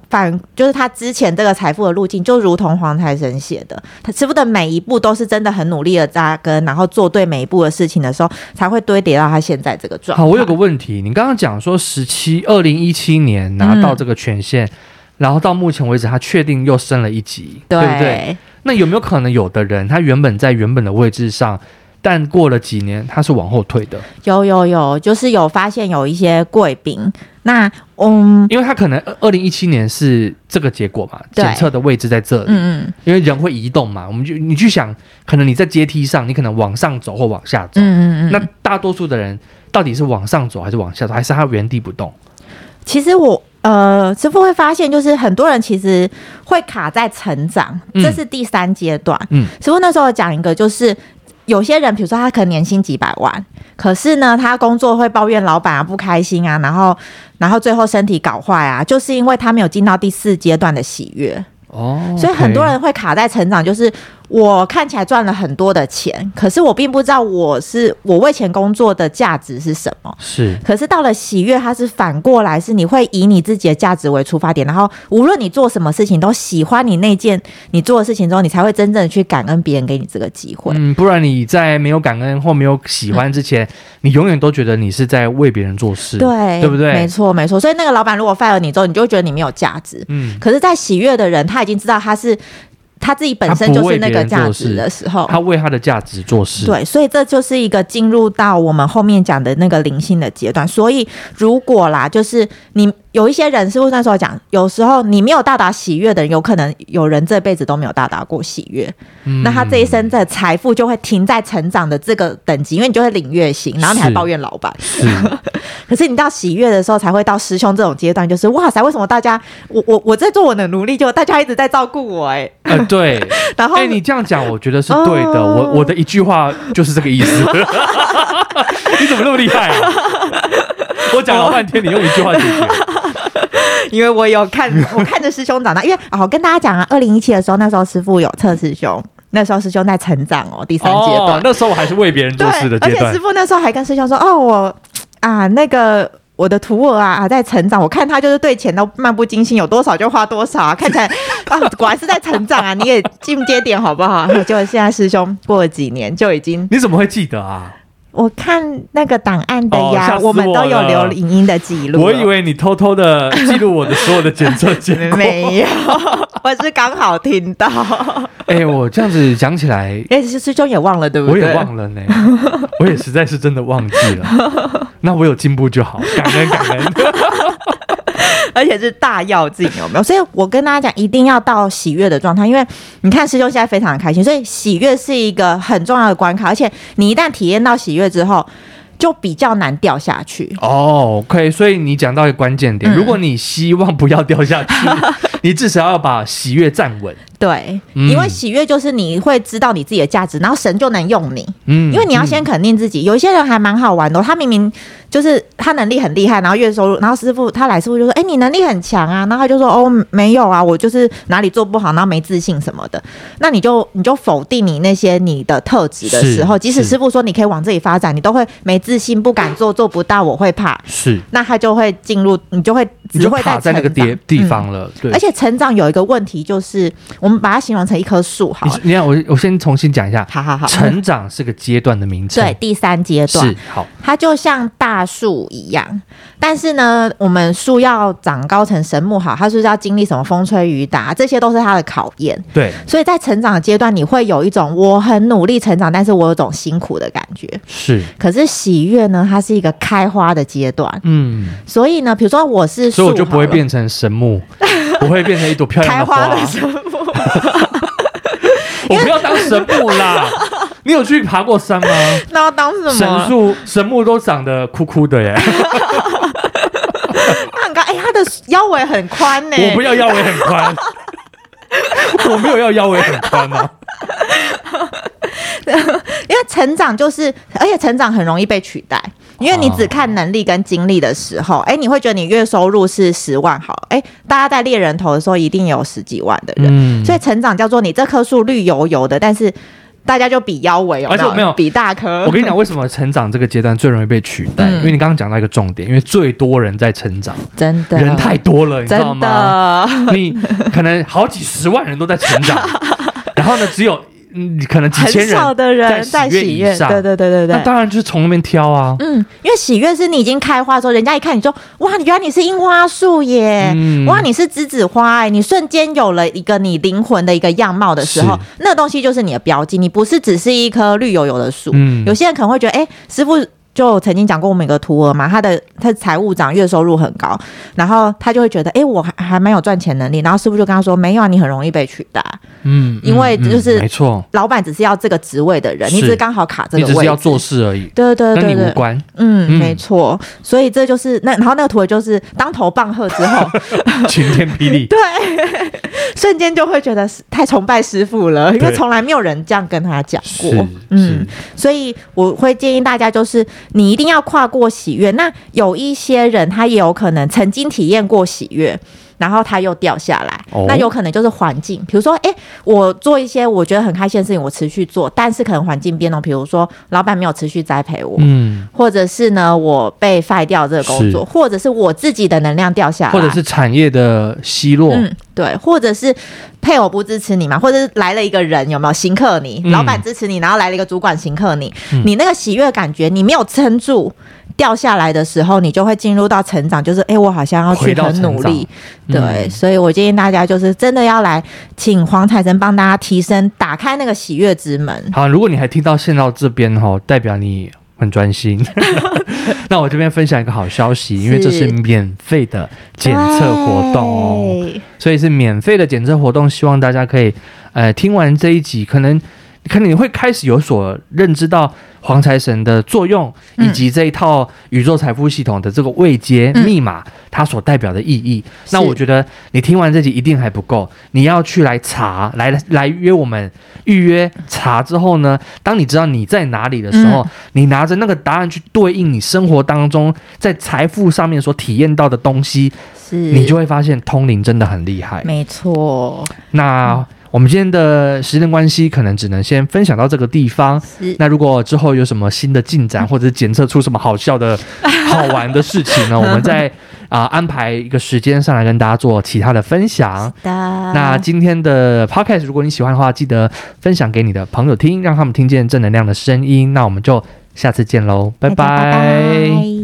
Speaker 3: 反就是他之前这个财富的路径，就如同黄财神写的，他师傅的每一步都是真的很努力的扎根，然后做对每一步的事情的时候，才会堆叠到他现在这个状态。
Speaker 2: 好，我有个问题，你刚刚讲说十七二零一七年拿
Speaker 3: 嗯
Speaker 2: 到这个权限，然后到目前为止，他确定又升了一级，对不对？那有没有可能有的人他原本在原本的位置上，但过了几年他是往后退的，
Speaker 3: 有有有，就是有发现有一些贵宾，那嗯
Speaker 2: 因为他可能二零一七年是这个结果嘛，
Speaker 3: 对
Speaker 2: 检测的位置在这里，
Speaker 3: 嗯嗯
Speaker 2: 因为人会移动嘛，我们就你去想，可能你在阶梯上，你可能往上走或往下走，
Speaker 3: 嗯嗯嗯，
Speaker 2: 那大多数的人到底是往上走还是往下走，还是他原地不动？
Speaker 3: 其实我呃，师傅会发现，就是很多人其实会卡在成长，
Speaker 2: 嗯
Speaker 3: 这是第三阶段。
Speaker 2: 嗯
Speaker 3: 师傅那时候有讲一个，就是有些人，比如说他可能年薪几百万，可是呢，他工作会抱怨老板啊不开心啊，然后然后最后身体搞坏啊，就是因为他没有进到第四阶段的喜悦。
Speaker 2: 哦
Speaker 3: 所以很多人会卡在成长，就是我看起来赚了很多的钱，可是我并不知道我是我为钱工作的价值是什么。
Speaker 2: 是
Speaker 3: 可是到了喜悦，它是反过来，是你会以你自己的价值为出发点，然后无论你做什么事情，都喜欢你那件你做的事情之后，你才会真正的去感恩别人给你这个机会。
Speaker 2: 嗯，不然你在没有感恩或没有喜欢之前，你永远都觉得你是在为别人做事，
Speaker 3: 嗯对，
Speaker 2: 对不对
Speaker 3: 没错，没错。所以那个老板如果 fire 你之后，你就会觉得你没有价值。
Speaker 2: 嗯，
Speaker 3: 可是，在喜悦的人，他已经知道他是他自己本身就是那个价值的时候，
Speaker 2: 他为他的价值做事，
Speaker 3: 哦对，所以这就是一个进入到我们后面讲的那个灵性的阶段。所以如果啦，就是你有一些人，师傅那时候讲，有时候你没有到达喜悦的人，有可能有人这辈子都没有到达过喜悦，
Speaker 2: 嗯
Speaker 3: 那他这一生的财富就会停在成长的这个等级，因为你就会领月薪，然后你还
Speaker 2: 是
Speaker 3: 抱怨老板。
Speaker 2: 是
Speaker 3: 可是你到喜悦的时候，才会到师兄这种阶段，就是哇塞，为什么大家我我我在做我的努力，就大家一直在照顾我哎、欸
Speaker 2: 呃对。
Speaker 3: 然后、
Speaker 2: 哎、你这样讲，我觉得是对的。
Speaker 3: 哦
Speaker 2: 我我的一句话就是这个意思。 你怎么那么厉害啊？我讲了半天，你用一句话解决。
Speaker 3: 因为我有 看，我看着师兄长大，因为哦，我跟大家讲啊，二零一七的时候，那时候师傅有测师兄，那时候师兄在成长哦，第 三阶段，
Speaker 2: 哦，那时候我还是为别人做事
Speaker 3: 对
Speaker 2: 的，
Speaker 3: 而
Speaker 2: 阶
Speaker 3: 且
Speaker 2: 段
Speaker 3: 师。傅那时候还跟师兄说，哦，我啊那个。我的徒儿啊啊，在成长。我看他就是对钱都漫不经心，有多少就花 多少啊。看起来啊，果然是在成长啊。你 也进阶点好不好？结果现在师兄过了几年就已经
Speaker 2: 你怎么会记得啊？
Speaker 3: 我看那个档案的
Speaker 2: 哦
Speaker 3: 呀，
Speaker 2: 吓死
Speaker 3: 我们都有
Speaker 2: 我了
Speaker 3: 留影音的记录了。
Speaker 2: 我以为你偷偷的记录我的所有的检测结果。
Speaker 3: 没有，我是刚好听到。
Speaker 2: 哎、我这样子讲起来，
Speaker 3: 哎，其实师兄也忘了，对不
Speaker 2: 我
Speaker 3: 对？
Speaker 2: 也忘了呢，我也实在是真的忘记了。 那我有进步就好，感恩感恩。
Speaker 3: 而且是大药劲，有没有？所以我跟大家讲，一定要到喜悦的状态，因为你看师兄现在非常的开心，所以喜悦是一个很重要的关卡，而且你一旦体验到喜悦之后，就比较难掉下去。
Speaker 2: 哦，OK，所以你讲到一个关键点，
Speaker 3: 嗯
Speaker 2: 如果你希望不要掉 下去，你至少要把喜悦站稳。
Speaker 3: 对，
Speaker 2: 嗯
Speaker 3: 因为喜悦就是你会知道你自己的价值，然后神就能用你，
Speaker 2: 嗯，
Speaker 3: 因为你要先肯定自己。有一些人还蛮好玩的哦、他明明就是他能力很厉害，然后月收入，然后师傅他来师傅就说：“哎、你能力很强啊。”然后他就说：“哦，没有啊，我就是哪里做不好，然后没自信什么的。”那你就你就否定你那些你的特质的时候，
Speaker 2: 是
Speaker 3: 即使
Speaker 2: 是
Speaker 3: 师傅说你可以往这里发展，你都会没自信，不敢做，做不到，我会怕。
Speaker 2: 是，
Speaker 3: 那他就会进入，你就会
Speaker 2: 你
Speaker 3: 只
Speaker 2: 就
Speaker 3: 会
Speaker 2: 卡在那个
Speaker 3: 成长
Speaker 2: 地地
Speaker 3: 嗯
Speaker 2: 方了。对，
Speaker 3: 而且成长有一个问题，就是我们把它形容成一棵树好
Speaker 2: 你
Speaker 3: 了，
Speaker 2: 你看，我我先重新讲一下，
Speaker 3: 好好好，
Speaker 2: 成长是个阶段的名称
Speaker 3: 对，第三阶段
Speaker 2: 是，好，
Speaker 3: 它就像大树一样，但是呢，我们树要长高成神木好，它是不是要经历什么风吹雨打，这些都是它的考验。
Speaker 2: 对，
Speaker 3: 所以在成长的阶段，你会有一种我很努力成长，但是我有种辛苦的感觉。
Speaker 2: 是，
Speaker 3: 可是喜悦呢，它是一个开花的阶段，
Speaker 2: 嗯，
Speaker 3: 所以呢，比如说我是树
Speaker 2: 所以
Speaker 3: 好
Speaker 2: 我
Speaker 3: 了，
Speaker 2: 就不会变成神 木，不会变成一朵漂亮
Speaker 3: 开
Speaker 2: 的
Speaker 3: 花
Speaker 2: 花。
Speaker 3: 的神 木。
Speaker 2: 我不要当神木 啦！你有去爬过山吗？
Speaker 3: 那要当什么
Speaker 2: 神？树、神木都长得枯枯的耶，
Speaker 3: 它很高，哎、它的腰围很宽呢、
Speaker 2: 我不要腰围很 宽，我没有要腰围很宽啊。
Speaker 3: 因为成长就是，而且成长很容易被取代，因为你只看能力跟经历的时
Speaker 2: 哦
Speaker 3: 候，哎、你会觉得你月收入是十万好，哎、大家在猎人头的时候一定有十几万的人，
Speaker 2: 嗯
Speaker 3: 所以成长叫做你这棵树绿油油的，但是大家就比腰围有
Speaker 2: 而且
Speaker 3: 有
Speaker 2: 没有
Speaker 3: 比大棵，
Speaker 2: 我跟你讲，为什么成长这个阶段最容易被取代？
Speaker 3: 嗯
Speaker 2: 因为你刚刚讲到一个重点，因为最多人在成长，
Speaker 3: 真的
Speaker 2: 人太多了，你知道
Speaker 3: 真
Speaker 2: 吗？
Speaker 3: 的。
Speaker 2: 你可能好几十万人都在成 长，然后呢，只有嗯，可能几
Speaker 3: 很
Speaker 2: 千
Speaker 3: 少
Speaker 2: 人
Speaker 3: 的人
Speaker 2: 在
Speaker 3: 在
Speaker 2: 喜
Speaker 3: 喜
Speaker 2: 悦以
Speaker 3: 悦，
Speaker 2: 上
Speaker 3: 对对对对
Speaker 2: 那
Speaker 3: 对，
Speaker 2: 当然就是从那边挑啊。
Speaker 3: 嗯，因为喜悦是你已经开花的时候，人家一看你就哇，你原来你是樱花树耶，
Speaker 2: 嗯
Speaker 3: 哇，你是栀子花哎，你瞬间有了一个你灵魂的一个样貌的时候
Speaker 2: 是，
Speaker 3: 那东西就是你的标记，你不是只是一棵绿油油的树。
Speaker 2: 嗯
Speaker 3: 有些人可能会觉得，哎、师傅。就曾经讲过我们有个徒儿嘛，他的他的财务长月收入很高，然后他就会觉得，哎、我还还蛮有赚钱能力。然后师傅就跟他说，没有啊，你很容易被取代，
Speaker 2: 嗯，
Speaker 3: 因为
Speaker 2: 嗯
Speaker 3: 就是
Speaker 2: 嗯没错，
Speaker 3: 老板只是要这个职位的人，你
Speaker 2: 是
Speaker 3: 只是刚好卡这
Speaker 2: 你
Speaker 3: 个
Speaker 2: 只
Speaker 3: 位置，
Speaker 2: 是要做事而已，
Speaker 3: 对对
Speaker 2: 跟
Speaker 3: 对
Speaker 2: 你
Speaker 3: 对
Speaker 2: 无，关。
Speaker 3: 嗯，
Speaker 2: 嗯
Speaker 3: 没错，所以这就是那，然后那个图就是当头棒喝 之后，
Speaker 2: 晴天霹 雳，
Speaker 3: 瞬间就会觉得是太崇拜师傅了，因为
Speaker 2: 对
Speaker 3: 从来没有人这样跟他讲过
Speaker 2: 是，
Speaker 3: 嗯
Speaker 2: 嗯，，
Speaker 3: 所以我会建议大家就是你一定要跨过喜悦。那有一些人他也有可能曾经体验过喜悦。然后他又掉下来，
Speaker 2: 哦
Speaker 3: 那有可能就是环境，比如说，哎，我做一些我觉得很开心的事情，我持续做，但是可能环境变动，比如说老板没有持续栽培我，
Speaker 2: 嗯，
Speaker 3: 或者是呢，我被 fire 掉这个工作，
Speaker 2: 是
Speaker 3: 或者是我自己的能量掉下来，
Speaker 2: 或者是产业的奚落，
Speaker 3: 啊嗯，对，或者是配偶不支持你嘛，或者是来了一个人有没有行克你，
Speaker 2: 嗯
Speaker 3: 老板支持你，然后来了一个主管行克你，
Speaker 2: 嗯
Speaker 3: 你那个喜悦感觉你没有撑住。掉下来的时候，你就会进入到成长，就是哎、我好像要去
Speaker 2: 回到
Speaker 3: 很
Speaker 2: 成
Speaker 3: 努力，对
Speaker 2: 长，嗯
Speaker 3: 所以我建议大家就是真的要来，请黄彩珍帮大家提升、打开那个喜悦之门。
Speaker 2: 好，如果你还听到现到这边哈，代表你很专 心。那我这边分享一个好消息，因为这是
Speaker 3: 是
Speaker 2: 免费的检测活动哦，
Speaker 3: 对
Speaker 2: 所以是免费的检测活动，希望大家可以呃听完这一集，可能可能你会开始有所认知到黄财神的作用，
Speaker 3: 嗯
Speaker 2: 以及这一套宇宙财富系统的这个未接
Speaker 3: 嗯
Speaker 2: 密码、它所代表的意义。
Speaker 3: 是
Speaker 2: 那我觉得你听完这集一定还不够，你要去来查，来来约我们预约查之后呢，当你知道你在哪里的时
Speaker 3: 嗯
Speaker 2: 候，你拿着那个答案去对应你生活当中在财富上面所体验到的东西，
Speaker 3: 是，
Speaker 2: 你就会发现通灵真的很厉害。
Speaker 3: 没错，
Speaker 2: 那我们今天的时间关系，可能只能先分享到这个地方。
Speaker 3: 是
Speaker 2: 那如果之后有什么新的进展，或者是检测出什么好笑的、好玩的事情 呢，我们再啊、安排一个时间上来跟大家做其他的分享。
Speaker 3: 的。
Speaker 2: 那今天的 podcast，如果你喜欢的话，记得分享给你的朋友听，让他们听见正能量的声音。那我们就
Speaker 4: 下次见喽，拜
Speaker 2: 大家拜拜